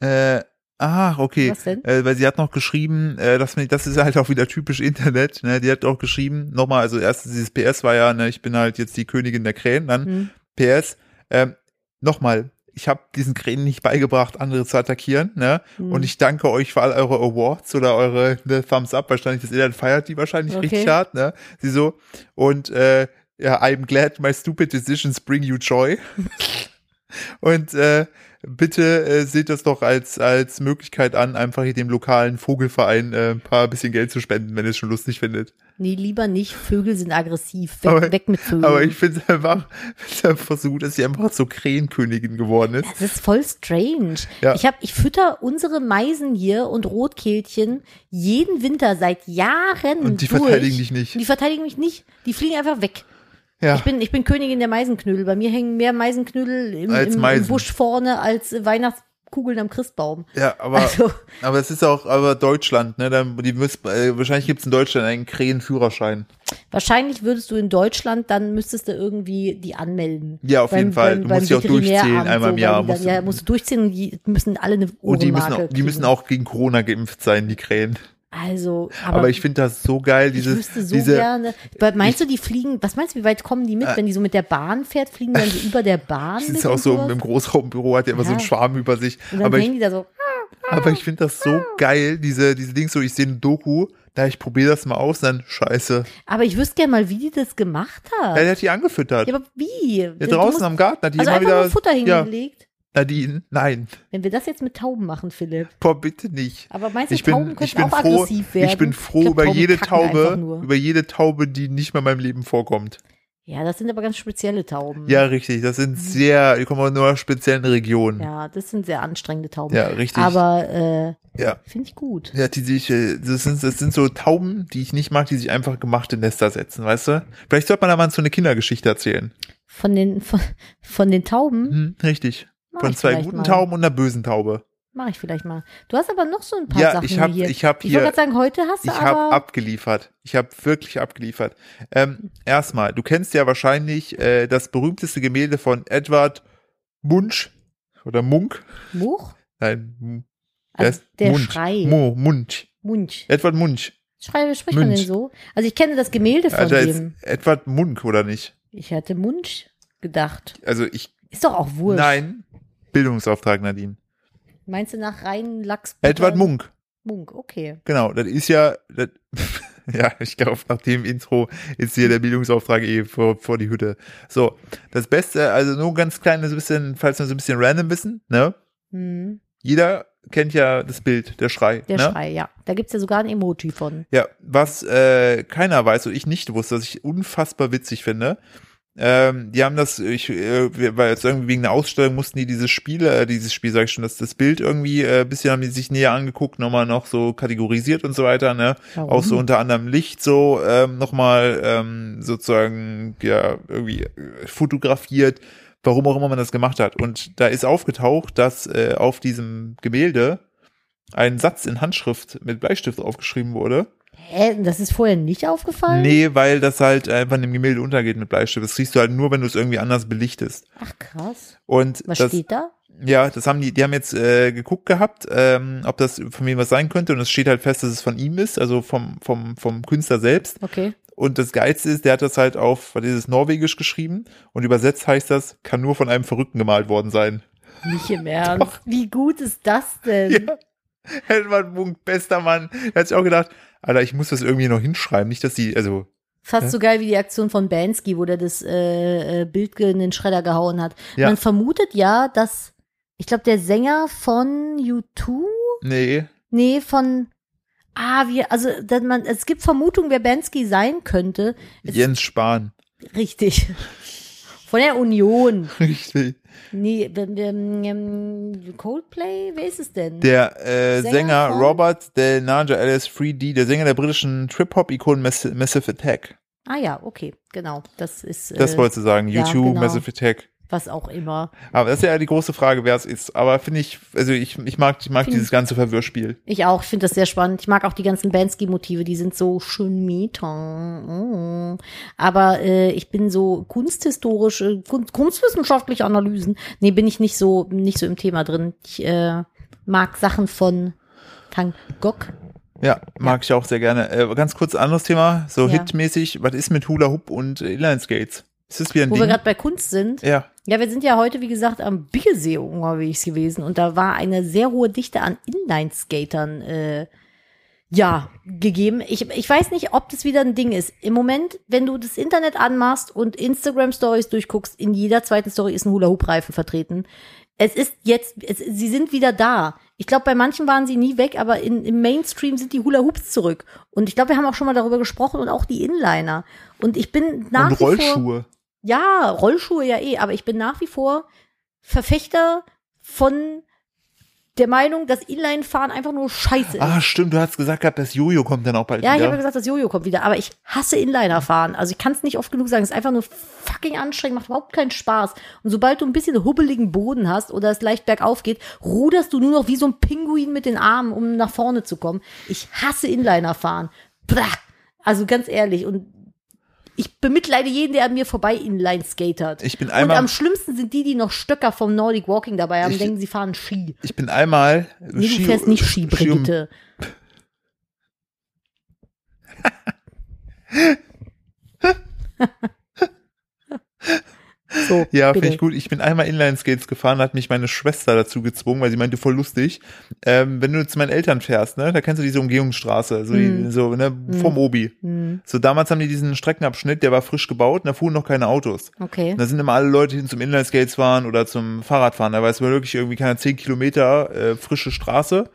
[SPEAKER 1] Äh, ach, okay.
[SPEAKER 2] Was denn?
[SPEAKER 1] Äh, weil sie hat noch geschrieben, äh, dass mir, das ist halt auch wieder typisch Internet, ne? Die hat auch geschrieben, nochmal, also erst dieses PS war ja, ne, ich bin halt jetzt die Königin der Krähen, dann
[SPEAKER 2] Hm.
[SPEAKER 1] PS, ähm, nochmal, ich habe diesen Krähen nicht beigebracht, andere zu attackieren, ne?
[SPEAKER 2] Hm.
[SPEAKER 1] Und ich danke euch für all eure Awards oder eure ne, Thumbs Up, wahrscheinlich das Internet feiert die wahrscheinlich
[SPEAKER 2] Okay.
[SPEAKER 1] richtig hart, ne? Sie so, und äh, ja, I'm glad my stupid decisions bring you joy. und äh, bitte äh, seht das doch als, als Möglichkeit an, einfach hier dem lokalen Vogelverein äh, ein paar bisschen Geld zu spenden, wenn ihr es schon lustig findet.
[SPEAKER 2] Nee, lieber nicht. Vögel sind aggressiv. Weg,
[SPEAKER 1] Aber-
[SPEAKER 2] weg mit Vögeln.
[SPEAKER 1] Aber ich finde es einfach, find's einfach so gut, dass sie einfach zur Krähenkönigin geworden ist.
[SPEAKER 2] Das ist voll strange.
[SPEAKER 1] Ja.
[SPEAKER 2] Ich, hab, ich fütter unsere Meisen hier und Rotkehlchen jeden Winter seit Jahren.
[SPEAKER 1] Und die
[SPEAKER 2] durch.
[SPEAKER 1] verteidigen dich nicht.
[SPEAKER 2] Die verteidigen mich nicht. Die fliegen einfach weg.
[SPEAKER 1] Ja,
[SPEAKER 2] Ich bin, ich bin Königin der Meisenknödel. Bei mir hängen mehr Meisenknödel im,
[SPEAKER 1] Als
[SPEAKER 2] im, im
[SPEAKER 1] Meisen.
[SPEAKER 2] Busch vorne als Weihnachtskugeln am Christbaum.
[SPEAKER 1] ja aber,
[SPEAKER 2] Also-
[SPEAKER 1] aber es ist auch aber Deutschland, ne? Da, die müssen, äh, wahrscheinlich gibt es in Deutschland einen Krähenführerschein.
[SPEAKER 2] Wahrscheinlich würdest du in Deutschland, dann müsstest du irgendwie die anmelden.
[SPEAKER 1] Ja, auf jeden Fall. Du musst sie auch
[SPEAKER 2] Veterinäramt,
[SPEAKER 1] durchziehen, einmal im
[SPEAKER 2] weil
[SPEAKER 1] Jahr
[SPEAKER 2] die
[SPEAKER 1] musst
[SPEAKER 2] Dann,
[SPEAKER 1] du-
[SPEAKER 2] ja, musst du durchziehen und die müssen alle eine Ohrenmarke
[SPEAKER 1] Und die müssen, auch, die
[SPEAKER 2] kriegen.
[SPEAKER 1] müssen auch gegen Corona geimpft sein, die Krähen.
[SPEAKER 2] Also, aber,
[SPEAKER 1] Aber, ich finde das so geil,
[SPEAKER 2] ich
[SPEAKER 1] dieses,
[SPEAKER 2] wüsste so
[SPEAKER 1] diese,
[SPEAKER 2] gerne. Aber Meinst du, die fliegen, was meinst du, wie weit kommen die mit? Wenn die so mit der Bahn fährt, fliegen dann so über der Bahn
[SPEAKER 1] das
[SPEAKER 2] mit
[SPEAKER 1] ist auch
[SPEAKER 2] und
[SPEAKER 1] so im,
[SPEAKER 2] sowas?
[SPEAKER 1] im Großraumbüro, hat ja immer so einen
[SPEAKER 2] Ja.
[SPEAKER 1] Schwarm über sich.
[SPEAKER 2] Und dann
[SPEAKER 1] Aber
[SPEAKER 2] hängen
[SPEAKER 1] ich,
[SPEAKER 2] die da so, "Ah."
[SPEAKER 1] aber ich finde das so geil, diese, diese Dings, so ich sehe eine Doku, da ich probiere das mal aus, dann scheiße.
[SPEAKER 2] aber ich wüsste gerne mal, wie die das gemacht hat.
[SPEAKER 1] Ja, der hat die angefüttert.
[SPEAKER 2] Ja, aber wie?
[SPEAKER 1] Ja, draußen am Garten hat die
[SPEAKER 2] Also
[SPEAKER 1] immer
[SPEAKER 2] einfach
[SPEAKER 1] wieder.
[SPEAKER 2] nur Futter hingelegt.
[SPEAKER 1] Ja, Nadine, nein,
[SPEAKER 2] Wenn wir das jetzt mit Tauben machen, Philipp.
[SPEAKER 1] boah, bitte nicht.
[SPEAKER 2] Aber meinst du,
[SPEAKER 1] Ich bin,
[SPEAKER 2] Tauben
[SPEAKER 1] ich
[SPEAKER 2] könnten
[SPEAKER 1] bin
[SPEAKER 2] auch
[SPEAKER 1] froh,
[SPEAKER 2] aggressiv werden?
[SPEAKER 1] ich bin froh
[SPEAKER 2] glaub,
[SPEAKER 1] über
[SPEAKER 2] Tauben
[SPEAKER 1] jede
[SPEAKER 2] kacken einfach
[SPEAKER 1] Taube,
[SPEAKER 2] nur.
[SPEAKER 1] über jede Taube, die nicht mehr in meinem Leben vorkommt.
[SPEAKER 2] Ja, das sind aber ganz spezielle Tauben.
[SPEAKER 1] Ja, richtig. Das sind sehr, die kommen aus einer speziellen Region. Ja,
[SPEAKER 2] Mhm. Ja, das sind sehr anstrengende Tauben.
[SPEAKER 1] richtig.
[SPEAKER 2] aber äh,
[SPEAKER 1] ja.
[SPEAKER 2] finde ich gut.
[SPEAKER 1] Ja, die sich, äh, das sind, das sind so Tauben, die ich nicht mag, die sich einfach gemachte Nester setzen, weißt du? Vielleicht sollte man da mal so eine Kindergeschichte erzählen.
[SPEAKER 2] Von den, von, von den Tauben
[SPEAKER 1] Hm, richtig.
[SPEAKER 2] Mhm. Mach
[SPEAKER 1] Von
[SPEAKER 2] ich
[SPEAKER 1] zwei
[SPEAKER 2] vielleicht
[SPEAKER 1] guten
[SPEAKER 2] mal.
[SPEAKER 1] Tauben und einer bösen Taube.
[SPEAKER 2] mache ich vielleicht mal. Du hast aber noch so ein paar
[SPEAKER 1] Ja,
[SPEAKER 2] Sachen
[SPEAKER 1] ich hab,
[SPEAKER 2] hier.
[SPEAKER 1] ich hab
[SPEAKER 2] ich wollte
[SPEAKER 1] hier,
[SPEAKER 2] gerade sagen, heute hast du
[SPEAKER 1] ich
[SPEAKER 2] aber.
[SPEAKER 1] hab abgeliefert. Ich hab wirklich abgeliefert. Ähm, erstmal, du kennst ja wahrscheinlich äh, das berühmteste Gemälde von Edward Munch oder Munk.
[SPEAKER 2] Much?
[SPEAKER 1] Nein, M- wer
[SPEAKER 2] Also
[SPEAKER 1] ist-
[SPEAKER 2] der
[SPEAKER 1] Munch.
[SPEAKER 2] Schrei.
[SPEAKER 1] Mo, Munch.
[SPEAKER 2] Munch.
[SPEAKER 1] Edward Munch.
[SPEAKER 2] Schrei, spricht man
[SPEAKER 1] Münch.
[SPEAKER 2] den so? Also ich kenne das Gemälde von
[SPEAKER 1] Alter, ist
[SPEAKER 2] dem.
[SPEAKER 1] Edward Munk, oder nicht?
[SPEAKER 2] Ich hatte Munch gedacht.
[SPEAKER 1] Also ich,
[SPEAKER 2] Ist doch auch wurscht.
[SPEAKER 1] nein. Bildungsauftrag, Nadine.
[SPEAKER 2] Meinst du nach reinen Lachs?
[SPEAKER 1] Edward Munk,
[SPEAKER 2] Munk, okay.
[SPEAKER 1] genau. Das ist ja, das, ja, ich glaube, nach dem Intro ist hier der Bildungsauftrag eh vor, vor die Hütte. So, das Beste, also nur ganz klein, so ein bisschen, falls wir so ein bisschen random wissen, ne?
[SPEAKER 2] Hm,
[SPEAKER 1] Jeder kennt ja das Bild, der Schrei,
[SPEAKER 2] der
[SPEAKER 1] ne?
[SPEAKER 2] Schrei, ja. Da gibt's ja sogar ein Emoji von.
[SPEAKER 1] Ja, was äh, keiner weiß und ich nicht wusste, was ich unfassbar witzig finde. Ähm, die haben das, ich, äh, wir- weil jetzt irgendwie wegen einer Ausstellung mussten die dieses Spiel, äh, dieses Spiel, sag ich schon, das, das Bild irgendwie äh, bisschen haben die sich näher angeguckt, nochmal noch so kategorisiert und so weiter, ne?
[SPEAKER 2] Warum?
[SPEAKER 1] Auch so unter anderem Licht so ähm, nochmal ähm, sozusagen, ja, irgendwie äh, fotografiert, warum auch immer man das gemacht hat. Und da ist aufgetaucht, dass äh, auf diesem Gemälde ein Satz in Handschrift mit Bleistift aufgeschrieben wurde.
[SPEAKER 2] Hä, und das ist vorher nicht aufgefallen?
[SPEAKER 1] Nee, weil das halt einfach in dem Gemälde untergeht mit Bleistift. Das siehst du halt nur, wenn du es irgendwie anders belichtest.
[SPEAKER 2] Ach krass.
[SPEAKER 1] Und
[SPEAKER 2] Was
[SPEAKER 1] das,
[SPEAKER 2] steht da?
[SPEAKER 1] ja, das haben die, die haben jetzt äh, geguckt gehabt, ähm, ob das von wem was sein könnte. Und es steht halt fest, dass es von ihm ist, also vom, vom, vom Künstler selbst.
[SPEAKER 2] Okay.
[SPEAKER 1] Und das Geilste ist, der hat das halt auf, was ist es, Norwegisch geschrieben. Und übersetzt heißt das, kann nur von einem Verrückten gemalt worden sein.
[SPEAKER 2] Nicht im Ernst. Wie gut ist das denn?
[SPEAKER 1] Ja. Helmut Munk, bester Mann. Da hat sich auch gedacht, Alter, ich muss das irgendwie noch hinschreiben. Nicht, dass die, also,
[SPEAKER 2] Fast so geil wie die Aktion von Bansky, wo der das äh, äh, Bild in den Schredder gehauen hat.
[SPEAKER 1] Ja.
[SPEAKER 2] Man vermutet ja, dass, ich glaube, der Sänger von U2
[SPEAKER 1] nee.
[SPEAKER 2] Nee, von. Ah, wir, also dass man, es gibt Vermutungen, wer Bansky sein könnte. Es-
[SPEAKER 1] Jens Spahn.
[SPEAKER 2] Richtig. Von der Union.
[SPEAKER 1] Richtig.
[SPEAKER 2] Nee, wenn wir, ähm, Coldplay, wer ist es denn?
[SPEAKER 1] Der äh,
[SPEAKER 2] Sänger
[SPEAKER 1] Sänger,
[SPEAKER 2] von-
[SPEAKER 1] Robert Del Naja Alice 3D, der Sänger der britischen Trip-Hop-Ikon Mass Massive Attack.
[SPEAKER 2] ah ja, okay, genau. Das ist
[SPEAKER 1] Das
[SPEAKER 2] äh,
[SPEAKER 1] wolltest du sagen.
[SPEAKER 2] ja,
[SPEAKER 1] YouTube,
[SPEAKER 2] genau.
[SPEAKER 1] Massive Attack.
[SPEAKER 2] was auch immer.
[SPEAKER 1] Aber das ist ja die große Frage, wer es ist. Aber finde ich, also ich, ich mag, ich mag
[SPEAKER 2] Find-
[SPEAKER 1] dieses ganze Verwirrspiel.
[SPEAKER 2] Ich auch, ich finde das sehr spannend. Ich mag auch die ganzen Bansky-Motive, die sind so schön meta. Aber äh, ich bin so kunsthistorisch, äh, kun- kunstwissenschaftliche Analysen. Nee, bin ich nicht so, nicht so im Thema drin. Ich äh, mag Sachen von Van Gogh.
[SPEAKER 1] Ja, mag ich auch sehr gerne. Äh, ganz kurz anderes Thema, so
[SPEAKER 2] Ja.
[SPEAKER 1] hitmäßig. Was ist mit Hula Hoop und äh, Inlineskates? Ist das wieder ein
[SPEAKER 2] Wo wir
[SPEAKER 1] Ding?
[SPEAKER 2] gerade bei Kunst sind.
[SPEAKER 1] Ja,
[SPEAKER 2] Ja, wir sind ja heute, wie gesagt, am Biersee unterwegs gewesen und da war eine sehr hohe Dichte an Inline-Skatern äh, ja, gegeben. Ich, ich weiß nicht, ob das wieder ein Ding ist. Im Moment, wenn du das Internet anmachst und Instagram-Stories durchguckst, in jeder zweiten Story ist ein Hula-Hoop-Reifen vertreten. es ist jetzt, es, sie sind wieder da. Ich glaube, bei manchen waren sie nie weg, aber in, im Mainstream sind die Hula Hoops zurück. Und ich glaube, wir haben auch schon mal darüber gesprochen und auch die Inliner. Und ich bin nach
[SPEAKER 1] Und
[SPEAKER 2] wie vor.
[SPEAKER 1] Rollschuhe.
[SPEAKER 2] Ja, Rollschuhe ja eh, aber ich bin nach wie vor Verfechter von der Meinung, dass Inline-Fahren einfach nur scheiße ist.
[SPEAKER 1] Ah, stimmt, du hast gesagt gehabt, das Jojo kommt dann auch bald
[SPEAKER 2] ja, ich habe ja
[SPEAKER 1] halt wieder.
[SPEAKER 2] gesagt, das Jojo kommt wieder, aber ich hasse Inliner-Fahren. Also ich kann es nicht oft genug sagen. Es ist einfach nur fucking anstrengend, macht überhaupt keinen Spaß. Und sobald du ein bisschen hubbeligen Boden hast oder es leicht bergauf geht, ruderst du nur noch wie so ein Pinguin mit den Armen, um nach vorne zu kommen. Ich hasse Inliner-Fahren. Blah. Also ganz ehrlich und ich bemitleide jeden, der an mir vorbei Inline skatert.
[SPEAKER 1] Ich bin
[SPEAKER 2] Und
[SPEAKER 1] einmal-
[SPEAKER 2] am schlimmsten sind die, die noch Stöcker vom Nordic Walking dabei haben,
[SPEAKER 1] Ich-
[SPEAKER 2] denken, sie fahren Ski.
[SPEAKER 1] ich bin einmal.
[SPEAKER 2] Nee, du fährst nicht Ski, Brigitte. so,
[SPEAKER 1] Ja,
[SPEAKER 2] bitte.
[SPEAKER 1] finde ich gut. Ich bin einmal Inline-Skates gefahren, hat mich meine Schwester dazu gezwungen, weil sie meinte, voll lustig. Ähm, wenn du zu meinen Eltern fährst, ne, da kennst du diese Umgehungsstraße, so, die, so ne, vom Obi.
[SPEAKER 2] Hm,
[SPEAKER 1] So, damals haben die diesen Streckenabschnitt, der war frisch gebaut, und da fuhren noch keine Autos.
[SPEAKER 2] okay.
[SPEAKER 1] Und da sind immer alle Leute hin zum Inlineskates fahren oder zum Fahrradfahren. Da war es wirklich irgendwie keine 10 Kilometer äh, frische Straße.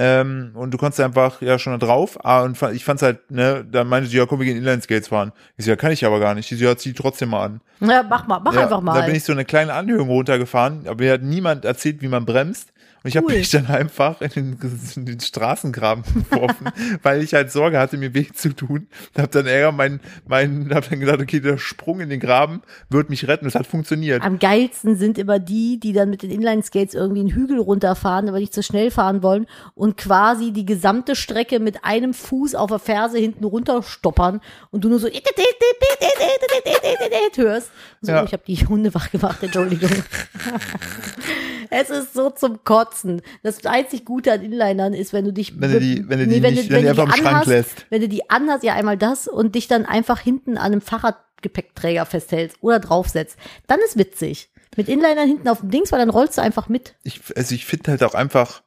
[SPEAKER 1] Ähm, und du konntest einfach ja schon da drauf. Ah, und fa- ich fand's halt, ne, dann meinte sie, ja komm, wir gehen Inlineskates fahren. Ich so, ja, kann ich aber gar nicht. Die so, ja, zieh trotzdem mal an.
[SPEAKER 2] Ja, mach mal, mach
[SPEAKER 1] ja,
[SPEAKER 2] einfach
[SPEAKER 1] Da bin
[SPEAKER 2] mal.
[SPEAKER 1] ich so eine kleine Anhöhung runtergefahren, aber mir hat niemand erzählt, wie man bremst. Und ich habe
[SPEAKER 2] Cool.
[SPEAKER 1] mich dann einfach in den, in den Straßengraben geworfen, weil ich halt Sorge hatte, mir weh zu tun. Und hab dann eher mein, mein, hab dann gedacht, okay, der Sprung in den Graben wird mich retten. Das hat funktioniert.
[SPEAKER 2] Am geilsten sind immer die, die dann mit den Inline-Skates irgendwie einen Hügel runterfahren, aber nicht zu schnell fahren wollen und quasi die gesamte Strecke mit einem Fuß auf der Ferse hinten runterstoppern und du nur so hörst. So,
[SPEAKER 1] Ja.
[SPEAKER 2] ich habe die Hunde wach gemacht, Entschuldigung. es ist so zum Kotzen. Das einzig Gute an Inlinern ist, wenn du dich
[SPEAKER 1] Wenn du die- wenn du die nicht- wenn du die einfach im Schrank
[SPEAKER 2] anhast,
[SPEAKER 1] lässt.
[SPEAKER 2] wenn du die anhast, ja einmal das und dich dann einfach hinten an einem Fahrradgepäckträger festhältst oder draufsetzt, dann ist witzig. Mit Inlinern hinten auf dem Dings, weil dann rollst du einfach mit.
[SPEAKER 1] Ich, also ich finde halt auch einfach,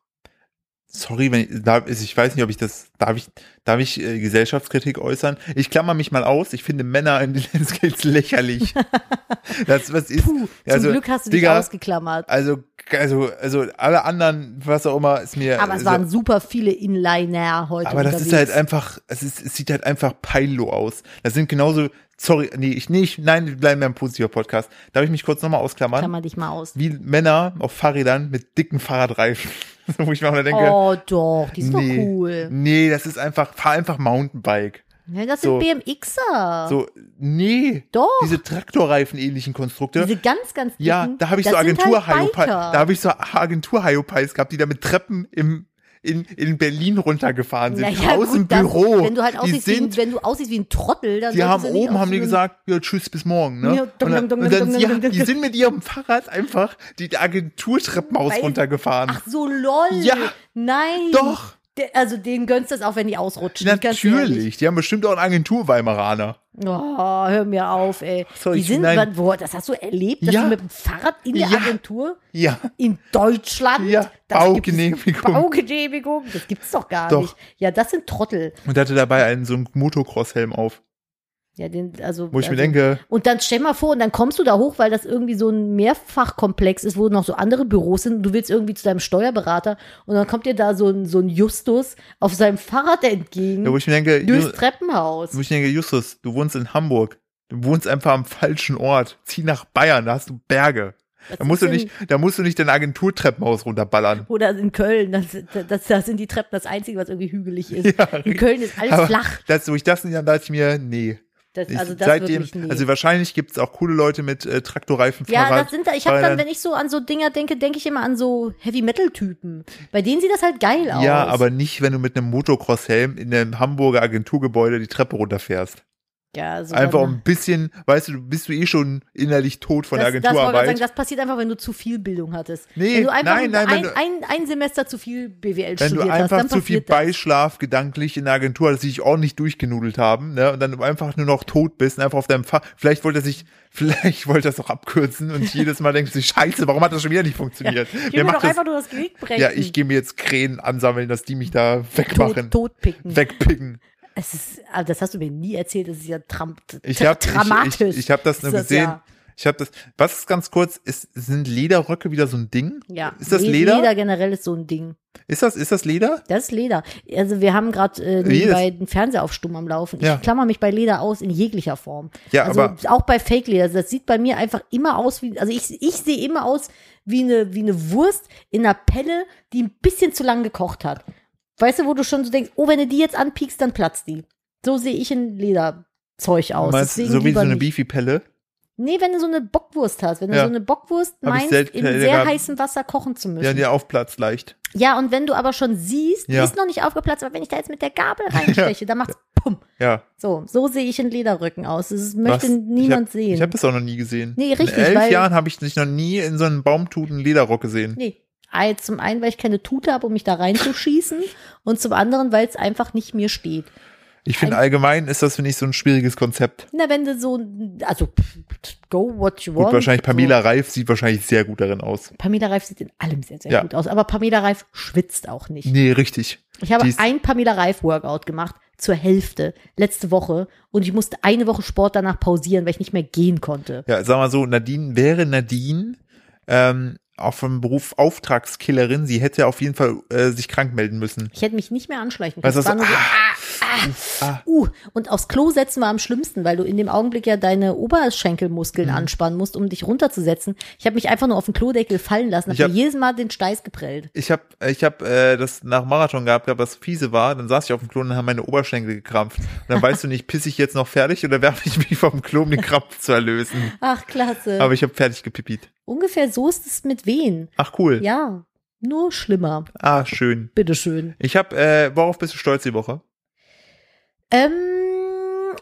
[SPEAKER 1] sorry, wenn ich, darf, also ich weiß nicht, ob ich das, darf ich, darf ich äh, Gesellschaftskritik äußern? Ich klammer mich mal aus, ich finde Männer in den Landskates lächerlich. das, was ist,
[SPEAKER 2] Puh, zum
[SPEAKER 1] also,
[SPEAKER 2] Glück hast du
[SPEAKER 1] Digga,
[SPEAKER 2] dich ausgeklammert.
[SPEAKER 1] Also, also, also alle anderen, was auch immer, ist mir.
[SPEAKER 2] Aber
[SPEAKER 1] also,
[SPEAKER 2] es waren super viele Inliner heute.
[SPEAKER 1] aber das ist
[SPEAKER 2] unterwegs.
[SPEAKER 1] halt einfach, es, ist, es sieht halt einfach peilo aus. Das sind genauso, sorry, nee, ich nicht, nein, wir bleiben beim positiver Podcast. Darf ich mich kurz nochmal ausklammern?
[SPEAKER 2] Klammer dich mal aus.
[SPEAKER 1] Wie Männer auf Fahrrädern mit dicken Fahrradreifen. Wo ich mir auch immer denke,
[SPEAKER 2] Oh doch, die ist
[SPEAKER 1] nee,
[SPEAKER 2] doch cool.
[SPEAKER 1] nee, das ist einfach, fahr einfach Mountainbike.
[SPEAKER 2] Ja, das
[SPEAKER 1] So.
[SPEAKER 2] sind BMXer.
[SPEAKER 1] So, nee.
[SPEAKER 2] Doch.
[SPEAKER 1] Diese Traktorreifen-ähnlichen Konstrukte.
[SPEAKER 2] Diese ganz, ganz dicken.
[SPEAKER 1] Ja, da habe ich,
[SPEAKER 2] das
[SPEAKER 1] so
[SPEAKER 2] sind
[SPEAKER 1] agentur
[SPEAKER 2] halt
[SPEAKER 1] halt
[SPEAKER 2] Biker.
[SPEAKER 1] da hab ich so agentur gehabt, die da mit Treppen im, in, in Berlin runtergefahren sind.
[SPEAKER 2] Naja,
[SPEAKER 1] aus
[SPEAKER 2] gut,
[SPEAKER 1] dem
[SPEAKER 2] das-
[SPEAKER 1] Büro.
[SPEAKER 2] Wenn du halt
[SPEAKER 1] die
[SPEAKER 2] aussiehst, wie,
[SPEAKER 1] sind,
[SPEAKER 2] ein- wenn du aussiehst wie ein Trottel, dann
[SPEAKER 1] die
[SPEAKER 2] solltest
[SPEAKER 1] haben
[SPEAKER 2] du nicht
[SPEAKER 1] oben,
[SPEAKER 2] auf
[SPEAKER 1] haben
[SPEAKER 2] so
[SPEAKER 1] die
[SPEAKER 2] einem-
[SPEAKER 1] gesagt, ja, tschüss, bis morgen. Ne?
[SPEAKER 2] Ja, dum,
[SPEAKER 1] und dann,
[SPEAKER 2] dum, dum,
[SPEAKER 1] und
[SPEAKER 2] dum,
[SPEAKER 1] dann
[SPEAKER 2] dum,
[SPEAKER 1] ja,
[SPEAKER 2] dum, dum,
[SPEAKER 1] die
[SPEAKER 2] dum.
[SPEAKER 1] sind mit ihrem Fahrrad einfach die Agenturtreppenhaus
[SPEAKER 2] Weil-
[SPEAKER 1] runtergefahren.
[SPEAKER 2] Ach so, lol.
[SPEAKER 1] Ja.
[SPEAKER 2] Nein.
[SPEAKER 1] Doch.
[SPEAKER 2] De, also denen gönnst du das auch, wenn die ausrutschen. ganz ehrlich.
[SPEAKER 1] Natürlich, die haben bestimmt auch einen Agentur-Weimaraner.
[SPEAKER 2] Oh, hör mir auf, ey.
[SPEAKER 1] So,
[SPEAKER 2] die
[SPEAKER 1] ich-
[SPEAKER 2] sind,
[SPEAKER 1] nein.
[SPEAKER 2] wann- boah, das hast du erlebt, dass
[SPEAKER 1] Ja.
[SPEAKER 2] du mit dem Fahrrad in der
[SPEAKER 1] Ja.
[SPEAKER 2] Agentur
[SPEAKER 1] Ja,
[SPEAKER 2] in Deutschland.
[SPEAKER 1] Ja,
[SPEAKER 2] das
[SPEAKER 1] Baugenehmigung.
[SPEAKER 2] gibt's- Baugenehmigung, das gibt's doch gar
[SPEAKER 1] Doch.
[SPEAKER 2] nicht. Ja, das sind Trottel.
[SPEAKER 1] und hatte dabei einen so einen Motocross-Helm auf,
[SPEAKER 2] Ja, den, also,
[SPEAKER 1] wo ich
[SPEAKER 2] also,
[SPEAKER 1] mir denke,
[SPEAKER 2] Und dann stell mal vor, und dann kommst du da hoch, weil das irgendwie so ein Mehrfachkomplex ist, wo noch so andere Büros sind. Und du willst irgendwie zu deinem Steuerberater und dann kommt dir da so ein, so ein Justus auf seinem Fahrrad entgegen
[SPEAKER 1] ja, wo ich mir denke,
[SPEAKER 2] durchs
[SPEAKER 1] Ju-
[SPEAKER 2] Treppenhaus.
[SPEAKER 1] Wo ich denke, Justus, du wohnst in Hamburg. Du wohnst einfach am falschen Ort. Zieh nach Bayern, da hast du Berge.
[SPEAKER 2] Das
[SPEAKER 1] Da musst, du
[SPEAKER 2] ist in-
[SPEAKER 1] nicht, da musst du nicht dein Agenturtreppenhaus runterballern.
[SPEAKER 2] Oder in Köln, das, das, das sind die Treppen das Einzige, was irgendwie hügelig ist.
[SPEAKER 1] Ja,
[SPEAKER 2] in Köln ist alles
[SPEAKER 1] Aber
[SPEAKER 2] flach.
[SPEAKER 1] Das, wo ich das nicht, dachte ich mir, nee.
[SPEAKER 2] Das,
[SPEAKER 1] Ich,
[SPEAKER 2] also das
[SPEAKER 1] seitdem,
[SPEAKER 2] wirklich nie.
[SPEAKER 1] also wahrscheinlich gibt's auch coole Leute mit äh, Traktorreifen.
[SPEAKER 2] ja,
[SPEAKER 1] Fahrrad-
[SPEAKER 2] das sind da, ich habe dann,
[SPEAKER 1] Fahrrädern.
[SPEAKER 2] wenn ich so an so Dinger denke, denke ich immer an so Heavy-Metal-Typen. Bei denen sieht das halt geil aus.
[SPEAKER 1] ja, aber nicht, wenn du mit einem Motocross-Helm in einem Hamburger Agenturgebäude die Treppe runterfährst.
[SPEAKER 2] ja, also
[SPEAKER 1] Einfach
[SPEAKER 2] dann-
[SPEAKER 1] um ein bisschen, weißt du, du bist du eh schon innerlich tot von
[SPEAKER 2] das,
[SPEAKER 1] der
[SPEAKER 2] das, wollte ich sagen,
[SPEAKER 1] Agenturarbeit.
[SPEAKER 2] das passiert einfach, wenn du zu viel Bildung hattest.
[SPEAKER 1] Nee,
[SPEAKER 2] wenn du einfach
[SPEAKER 1] nein, nein,
[SPEAKER 2] ein,
[SPEAKER 1] wenn du-
[SPEAKER 2] ein, ein Semester zu viel
[SPEAKER 1] Wenn
[SPEAKER 2] BWL
[SPEAKER 1] du
[SPEAKER 2] studiert hast,
[SPEAKER 1] einfach
[SPEAKER 2] dann
[SPEAKER 1] zu viel
[SPEAKER 2] passiert das.
[SPEAKER 1] Beischlaf gedanklich in der Agentur, dass sie dich auch nicht durchgenudelt haben, ne? Und dann du einfach nur noch tot bist und einfach auf deinem Fahrrad. Vielleicht wollte er sich, vielleicht wollte er es auch abkürzen und jedes Mal denkst du, Scheiße, warum hat das schon wieder nicht funktioniert? Wer
[SPEAKER 2] Ich will mir doch
[SPEAKER 1] macht das?
[SPEAKER 2] einfach nur das Genick brechen.
[SPEAKER 1] Ja, ich gehe mir jetzt Krähen ansammeln, dass die mich da
[SPEAKER 2] tot,
[SPEAKER 1] wegmachen.
[SPEAKER 2] totpicken. ah,
[SPEAKER 1] Wegpicken.
[SPEAKER 2] Es ist, aber das hast du mir nie erzählt, das ist ja tram
[SPEAKER 1] Ich
[SPEAKER 2] tra-
[SPEAKER 1] habe ich,
[SPEAKER 2] dramatisch.
[SPEAKER 1] ich, ich hab das nur
[SPEAKER 2] Ist
[SPEAKER 1] gesehen.
[SPEAKER 2] Ja.
[SPEAKER 1] Ich Ich habe das. Was ist ganz kurz? Ist, sind Lederröcke wieder so ein Ding?
[SPEAKER 2] Ja.
[SPEAKER 1] Ist das
[SPEAKER 2] Le-
[SPEAKER 1] Leder?
[SPEAKER 2] Leder generell ist so ein Ding.
[SPEAKER 1] Ist das, ist das Leder?
[SPEAKER 2] Das ist Leder. Also wir haben gerade äh,
[SPEAKER 1] Jedes-
[SPEAKER 2] nebenbei den Fernseher auf Stumm am Laufen. Ich
[SPEAKER 1] Ja.
[SPEAKER 2] klammer mich bei Leder aus in jeglicher Form.
[SPEAKER 1] Ja,
[SPEAKER 2] also
[SPEAKER 1] aber-
[SPEAKER 2] auch bei Fake Leder. Das sieht bei mir einfach immer aus wie, also ich, ich sehe immer aus wie eine, wie eine Wurst in einer Pelle, die ein bisschen zu lang gekocht hat. Weißt du, wo du schon so denkst, oh, wenn du die jetzt anpiekst, dann platzt die. So sehe ich in Lederzeug aus.
[SPEAKER 1] Meinst,
[SPEAKER 2] Deswegen
[SPEAKER 1] so wie so
[SPEAKER 2] lieber
[SPEAKER 1] eine
[SPEAKER 2] nicht.
[SPEAKER 1] Beefy-Pelle?
[SPEAKER 2] Nee, wenn du so eine Bockwurst hast, wenn du
[SPEAKER 1] Ja.
[SPEAKER 2] so eine Bockwurst
[SPEAKER 1] Hab ich
[SPEAKER 2] meinst,
[SPEAKER 1] selten-
[SPEAKER 2] in sehr
[SPEAKER 1] ja,
[SPEAKER 2] heißem Wasser kochen zu müssen.
[SPEAKER 1] Ja, die aufplatzt leicht.
[SPEAKER 2] Ja, und wenn du aber schon siehst, die
[SPEAKER 1] Ja.
[SPEAKER 2] ist noch nicht aufgeplatzt, aber wenn ich da jetzt mit der Gabel reinsteche, dann macht's pum.
[SPEAKER 1] Ja.
[SPEAKER 2] So, so sehe ich in Lederrücken aus. Das
[SPEAKER 1] Was?
[SPEAKER 2] möchte niemand
[SPEAKER 1] ich hab,
[SPEAKER 2] sehen.
[SPEAKER 1] Ich habe das auch noch nie gesehen.
[SPEAKER 2] Nee, richtig,
[SPEAKER 1] In elf
[SPEAKER 2] weil-
[SPEAKER 1] Jahren habe ich dich noch nie in so einem Baumtuten Lederrock gesehen.
[SPEAKER 2] nee. Ei, Zum einen, weil ich keine Tute habe, um mich da reinzuschießen und zum anderen, weil es einfach nicht mir steht.
[SPEAKER 1] Ich finde allgemein ist das, finde ich, so ein schwieriges Konzept.
[SPEAKER 2] Na, wenn du so, also pff, go what you
[SPEAKER 1] Gut,
[SPEAKER 2] want.
[SPEAKER 1] wahrscheinlich
[SPEAKER 2] So.
[SPEAKER 1] Pamela Reif sieht wahrscheinlich sehr gut darin aus.
[SPEAKER 2] Pamela Reif sieht in allem sehr, sehr
[SPEAKER 1] Ja.
[SPEAKER 2] gut aus, aber Pamela Reif schwitzt auch nicht.
[SPEAKER 1] Nee, richtig.
[SPEAKER 2] Ich habe
[SPEAKER 1] Die ist-
[SPEAKER 2] ein Pamela Reif Workout gemacht zur Hälfte letzte Woche und ich musste eine Woche Sport danach pausieren, weil ich nicht mehr gehen konnte.
[SPEAKER 1] Ja, sag mal so, Nadine wäre Nadine ähm, auch vom Beruf Auftragskillerin. Sie hätte auf jeden Fall äh, sich krank melden müssen.
[SPEAKER 2] Ich hätte mich nicht mehr anschleichen
[SPEAKER 1] Weißt
[SPEAKER 2] können.
[SPEAKER 1] du,
[SPEAKER 2] Es war
[SPEAKER 1] so,
[SPEAKER 2] nur so,
[SPEAKER 1] ah,
[SPEAKER 2] uh, und aufs Klo setzen war am schlimmsten, weil du in dem Augenblick ja deine Oberschenkelmuskeln
[SPEAKER 1] Mhm.
[SPEAKER 2] anspannen musst, um dich runterzusetzen. Ich habe mich einfach nur auf den Klodeckel fallen lassen,
[SPEAKER 1] Ich
[SPEAKER 2] habe mir
[SPEAKER 1] hab-
[SPEAKER 2] jedes Mal den Steiß geprellt.
[SPEAKER 1] Ich habe ich hab, äh, das nach dem Marathon gehabt, gehabt, was fiese war. Dann saß ich auf dem Klo und dann haben meine Oberschenkel gekrampft. Und dann weißt du nicht, pisse ich jetzt noch fertig oder werfe ich mich vom Klo, um den Krampf zu erlösen.
[SPEAKER 2] Ach, klasse.
[SPEAKER 1] Aber ich habe fertig gepipit.
[SPEAKER 2] Ungefähr so ist es mit wen.
[SPEAKER 1] Ach cool.
[SPEAKER 2] Ja, nur schlimmer.
[SPEAKER 1] Ah, schön.
[SPEAKER 2] Bitteschön.
[SPEAKER 1] Ich habe, äh, worauf bist du stolz die Woche?
[SPEAKER 2] Ähm,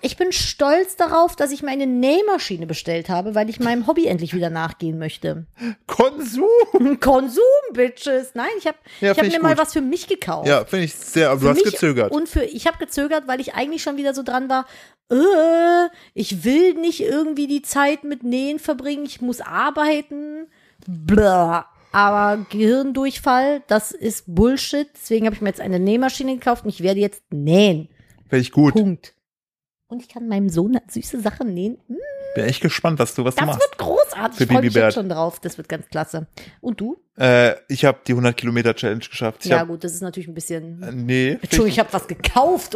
[SPEAKER 2] ich bin stolz darauf, dass ich meine Nähmaschine bestellt habe, weil ich meinem Hobby endlich wieder nachgehen möchte.
[SPEAKER 1] Konsum!
[SPEAKER 2] Konsum, Bitches. Nein, ich habe
[SPEAKER 1] Ja,
[SPEAKER 2] ich hab
[SPEAKER 1] find
[SPEAKER 2] mir
[SPEAKER 1] ich
[SPEAKER 2] mal
[SPEAKER 1] gut.
[SPEAKER 2] was für mich gekauft.
[SPEAKER 1] Ja, finde ich sehr, aber du
[SPEAKER 2] Für
[SPEAKER 1] hast
[SPEAKER 2] mich
[SPEAKER 1] gezögert.
[SPEAKER 2] Und für, ich habe gezögert, weil ich eigentlich schon wieder so dran war, äh, ich will nicht irgendwie die Zeit mit Nähen verbringen, ich muss arbeiten. Blah. Aber Gehirndurchfall, das ist Bullshit. Deswegen habe ich mir jetzt eine Nähmaschine gekauft und ich werde jetzt nähen.
[SPEAKER 1] Finde ich gut.
[SPEAKER 2] Punkt. Und ich kann meinem Sohn süße Sachen nähen. Hm,
[SPEAKER 1] Bin echt gespannt, was du, was du
[SPEAKER 2] Das
[SPEAKER 1] machst.
[SPEAKER 2] wird großartig.
[SPEAKER 1] Für
[SPEAKER 2] Ich freue
[SPEAKER 1] Bibi
[SPEAKER 2] mich jetzt
[SPEAKER 1] Bert.
[SPEAKER 2] schon drauf. Das wird ganz klasse. Und du?
[SPEAKER 1] Äh, ich habe die 100 Kilometer Challenge geschafft. Ich
[SPEAKER 2] ja,
[SPEAKER 1] hab,
[SPEAKER 2] gut, das ist natürlich ein bisschen.
[SPEAKER 1] äh, nee. find
[SPEAKER 2] Entschuldigung, ich habe was gekauft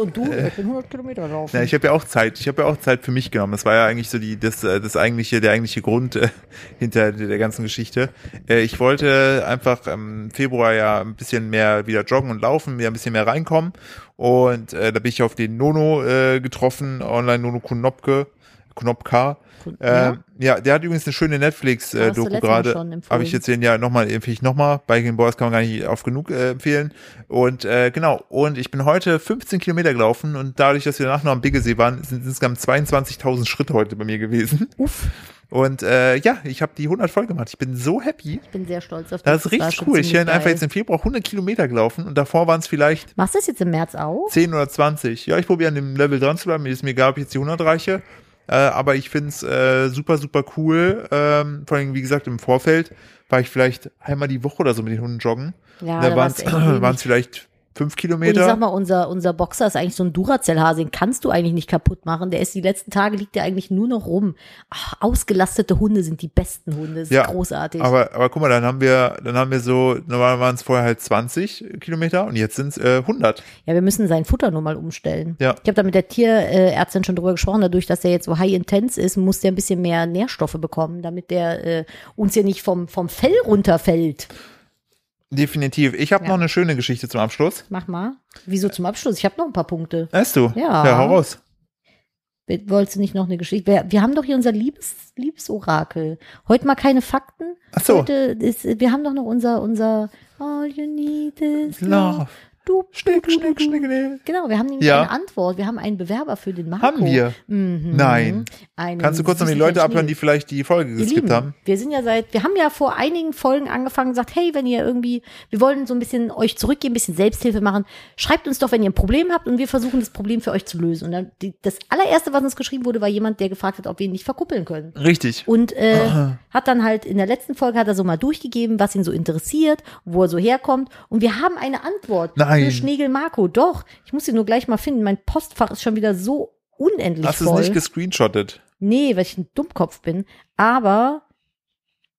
[SPEAKER 2] und du? Ich bin 100 Kilometer drauf.
[SPEAKER 1] Ja, ich habe ja auch Zeit. Ich habe ja auch Zeit für mich genommen. Das war ja eigentlich so die das äh, das eigentliche der eigentliche Grund äh, hinter der ganzen Geschichte. Äh, ich wollte einfach im Februar ja ein bisschen mehr wieder joggen und laufen, wieder ein bisschen mehr reinkommen und äh, da bin ich auf den Nono äh, getroffen, online Nono Kunopke, Kunopka.
[SPEAKER 2] Ja.
[SPEAKER 1] Ähm, ja, der hat übrigens eine schöne
[SPEAKER 2] Ja, hast du
[SPEAKER 1] Netflix-Doku
[SPEAKER 2] letztes Mal schon
[SPEAKER 1] Äh, gerade.
[SPEAKER 2] empfohlen.
[SPEAKER 1] Habe ich jetzt den ja nochmal, empfehle ich nochmal. Biking Boys kann man gar nicht oft genug äh, empfehlen. Und äh, genau, und ich bin heute 15 Kilometer gelaufen und dadurch, dass wir danach noch am Biggesee waren, sind es insgesamt 22.000 Schritte heute bei mir gewesen.
[SPEAKER 2] Uff.
[SPEAKER 1] Und äh, ja, ich habe die 100 voll gemacht. Ich bin so happy.
[SPEAKER 2] Ich bin sehr stolz auf dich.
[SPEAKER 1] Das ist
[SPEAKER 2] war
[SPEAKER 1] richtig
[SPEAKER 2] schon
[SPEAKER 1] cool. Ich
[SPEAKER 2] ziemlich
[SPEAKER 1] bin einfach
[SPEAKER 2] geil.
[SPEAKER 1] jetzt im Februar 100 Kilometer gelaufen und davor waren es vielleicht
[SPEAKER 2] Machst du das jetzt im März auch?
[SPEAKER 1] 10 oder 20. Ja, ich probiere an dem Level dran zu bleiben. Mir ist mir egal, ob ich jetzt die 100 reiche. Äh, aber ich find's äh, super, super cool. Ähm, vor allem, wie gesagt, im Vorfeld war ich vielleicht einmal die Woche oder so mit den Hunden joggen.
[SPEAKER 2] Ja,
[SPEAKER 1] da
[SPEAKER 2] da
[SPEAKER 1] waren's
[SPEAKER 2] war's echt wenig.
[SPEAKER 1] waren's vielleicht fünf
[SPEAKER 2] Und ich
[SPEAKER 1] Kilometer.
[SPEAKER 2] sag mal, unser, unser Boxer ist eigentlich so ein Duracell-Hase, den kannst du eigentlich nicht kaputt machen. Der ist die letzten Tage, liegt der eigentlich nur noch rum. Ach, ausgelastete Hunde sind die besten Hunde, das ist
[SPEAKER 1] Ja,
[SPEAKER 2] großartig.
[SPEAKER 1] aber, aber guck mal, dann haben wir, dann haben wir so, normal waren es vorher halt 20 Kilometer und jetzt sind's äh, 100.
[SPEAKER 2] Ja, wir müssen sein Futter nur mal umstellen.
[SPEAKER 1] Ja.
[SPEAKER 2] Ich habe da mit der Tierärztin schon drüber gesprochen, dadurch, dass er jetzt so high-intense ist, muss der ein bisschen mehr Nährstoffe bekommen, damit der äh, uns hier nicht vom, vom Fell runterfällt.
[SPEAKER 1] Definitiv. Ich habe noch eine schöne Geschichte zum Abschluss.
[SPEAKER 2] Mach mal. Wieso zum Abschluss? Ich habe noch ein paar Punkte.
[SPEAKER 1] Weißt du?
[SPEAKER 2] Ja.
[SPEAKER 1] Ja, hau raus.
[SPEAKER 2] Wolltest du nicht noch eine Geschichte? Wir, wir haben doch hier unser Liebes, Liebesorakel. Heute mal keine Fakten.
[SPEAKER 1] Ach so.
[SPEAKER 2] Heute ist, wir haben doch noch unser, unser All you need is love.
[SPEAKER 1] Love.
[SPEAKER 2] Du,
[SPEAKER 1] Schnick, schnick, schnick, schnick.
[SPEAKER 2] genau, wir haben nämlich
[SPEAKER 1] Ja.
[SPEAKER 2] eine Antwort. Wir haben einen Bewerber für den Marco.
[SPEAKER 1] Haben wir?
[SPEAKER 2] Mhm.
[SPEAKER 1] Nein.
[SPEAKER 2] Einen
[SPEAKER 1] Kannst du kurz noch die
[SPEAKER 2] süßen
[SPEAKER 1] Leute
[SPEAKER 2] kleinen
[SPEAKER 1] abhören, die vielleicht die Folge
[SPEAKER 2] Ihr Lieben,
[SPEAKER 1] geskippt haben?
[SPEAKER 2] halt wir sind ja seit, wir haben ja vor einigen Folgen angefangen gesagt, hey, wenn ihr irgendwie, wir wollen so ein bisschen euch zurückgehen, ein bisschen Selbsthilfe machen, schreibt uns doch, wenn ihr ein Problem habt und wir versuchen das Problem für euch zu lösen. Und dann die, das allererste, was uns geschrieben wurde, war jemand, der gefragt hat, ob wir ihn nicht verkuppeln können.
[SPEAKER 1] Richtig.
[SPEAKER 2] Und äh, hat dann halt in der letzten Folge hat er so mal durchgegeben, was ihn so interessiert, wo er so herkommt. Und wir haben eine Antwort
[SPEAKER 1] Nein.
[SPEAKER 2] für Schnegel Marco. Doch, ich muss sie nur gleich mal finden. Mein Postfach ist schon wieder so unendlich
[SPEAKER 1] Hast du es
[SPEAKER 2] voll.
[SPEAKER 1] nicht gescreenshottet?
[SPEAKER 2] Nee, weil ich ein Dummkopf bin. Aber,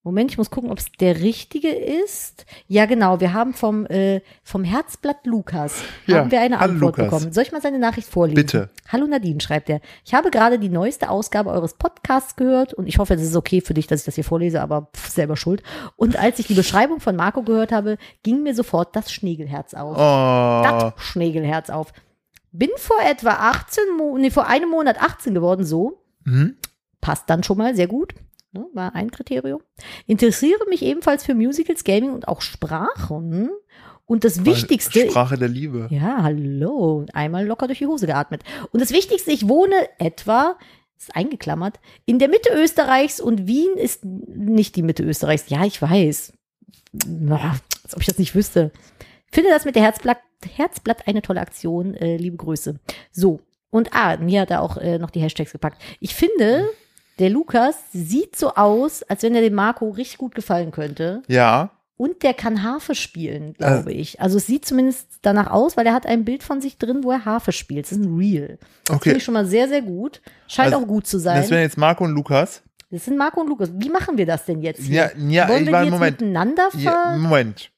[SPEAKER 2] Moment, ich muss gucken, ob es der richtige ist. Ja, genau, wir haben vom, äh, vom Herzblatt Lukas,
[SPEAKER 1] Ja,
[SPEAKER 2] haben wir eine
[SPEAKER 1] hallo
[SPEAKER 2] Antwort
[SPEAKER 1] Lukas.
[SPEAKER 2] bekommen. Soll ich mal seine Nachricht vorlesen?
[SPEAKER 1] Bitte.
[SPEAKER 2] Hallo Nadine, schreibt er. Ich habe gerade die neueste Ausgabe eures Podcasts gehört und ich hoffe, es ist okay für dich, dass ich das hier vorlese, aber pff, selber schuld. Und als ich die Beschreibung von Marco gehört habe, ging mir sofort das Schnegelherz auf.
[SPEAKER 1] Oh.
[SPEAKER 2] Das Schnegelherz auf. Bin vor etwa 18, Mo nee, vor einem Monat 18 geworden, so.
[SPEAKER 1] Hm?
[SPEAKER 2] Passt dann schon mal sehr gut. Ne, war ein Kriterium. Interessiere mich ebenfalls für Musicals, Gaming und auch Sprachen. Und das Wichtigste,
[SPEAKER 1] Sprache der Liebe.
[SPEAKER 2] ja, hallo. Einmal locker durch die Hose geatmet. Und das Wichtigste, ich wohne etwa, ist eingeklammert, in der Mitte Österreichs und Wien ist nicht die Mitte Österreichs. Ja, ich weiß. Na, als ob ich das nicht wüsste. Finde das mit der Herzblatt, Herzblatt eine tolle Aktion. Äh, liebe Grüße. So. Und ah, mir hat er auch äh, noch die Hashtags gepackt. Ich finde, der Lukas sieht so aus, als wenn er dem Marco richtig gut gefallen könnte.
[SPEAKER 1] Ja.
[SPEAKER 2] Und der kann Harfe spielen,
[SPEAKER 1] Äh.
[SPEAKER 2] glaube ich. Also es sieht zumindest danach aus, weil er hat ein Bild von sich drin, wo er Harfe spielt. Das ist ein Real. Finde
[SPEAKER 1] Okay.
[SPEAKER 2] ich schon mal sehr, sehr gut. Scheint
[SPEAKER 1] Also,
[SPEAKER 2] auch gut zu
[SPEAKER 1] Das wären
[SPEAKER 2] sein.
[SPEAKER 1] jetzt Marco und Lukas.
[SPEAKER 2] Das sind Marco und Lukas. Wie machen wir das denn jetzt?
[SPEAKER 1] Ja,
[SPEAKER 2] Hier?
[SPEAKER 1] ja,
[SPEAKER 2] Wollen
[SPEAKER 1] ich
[SPEAKER 2] wir
[SPEAKER 1] war
[SPEAKER 2] die jetzt
[SPEAKER 1] Moment.
[SPEAKER 2] miteinander ver...
[SPEAKER 1] Ja, Moment.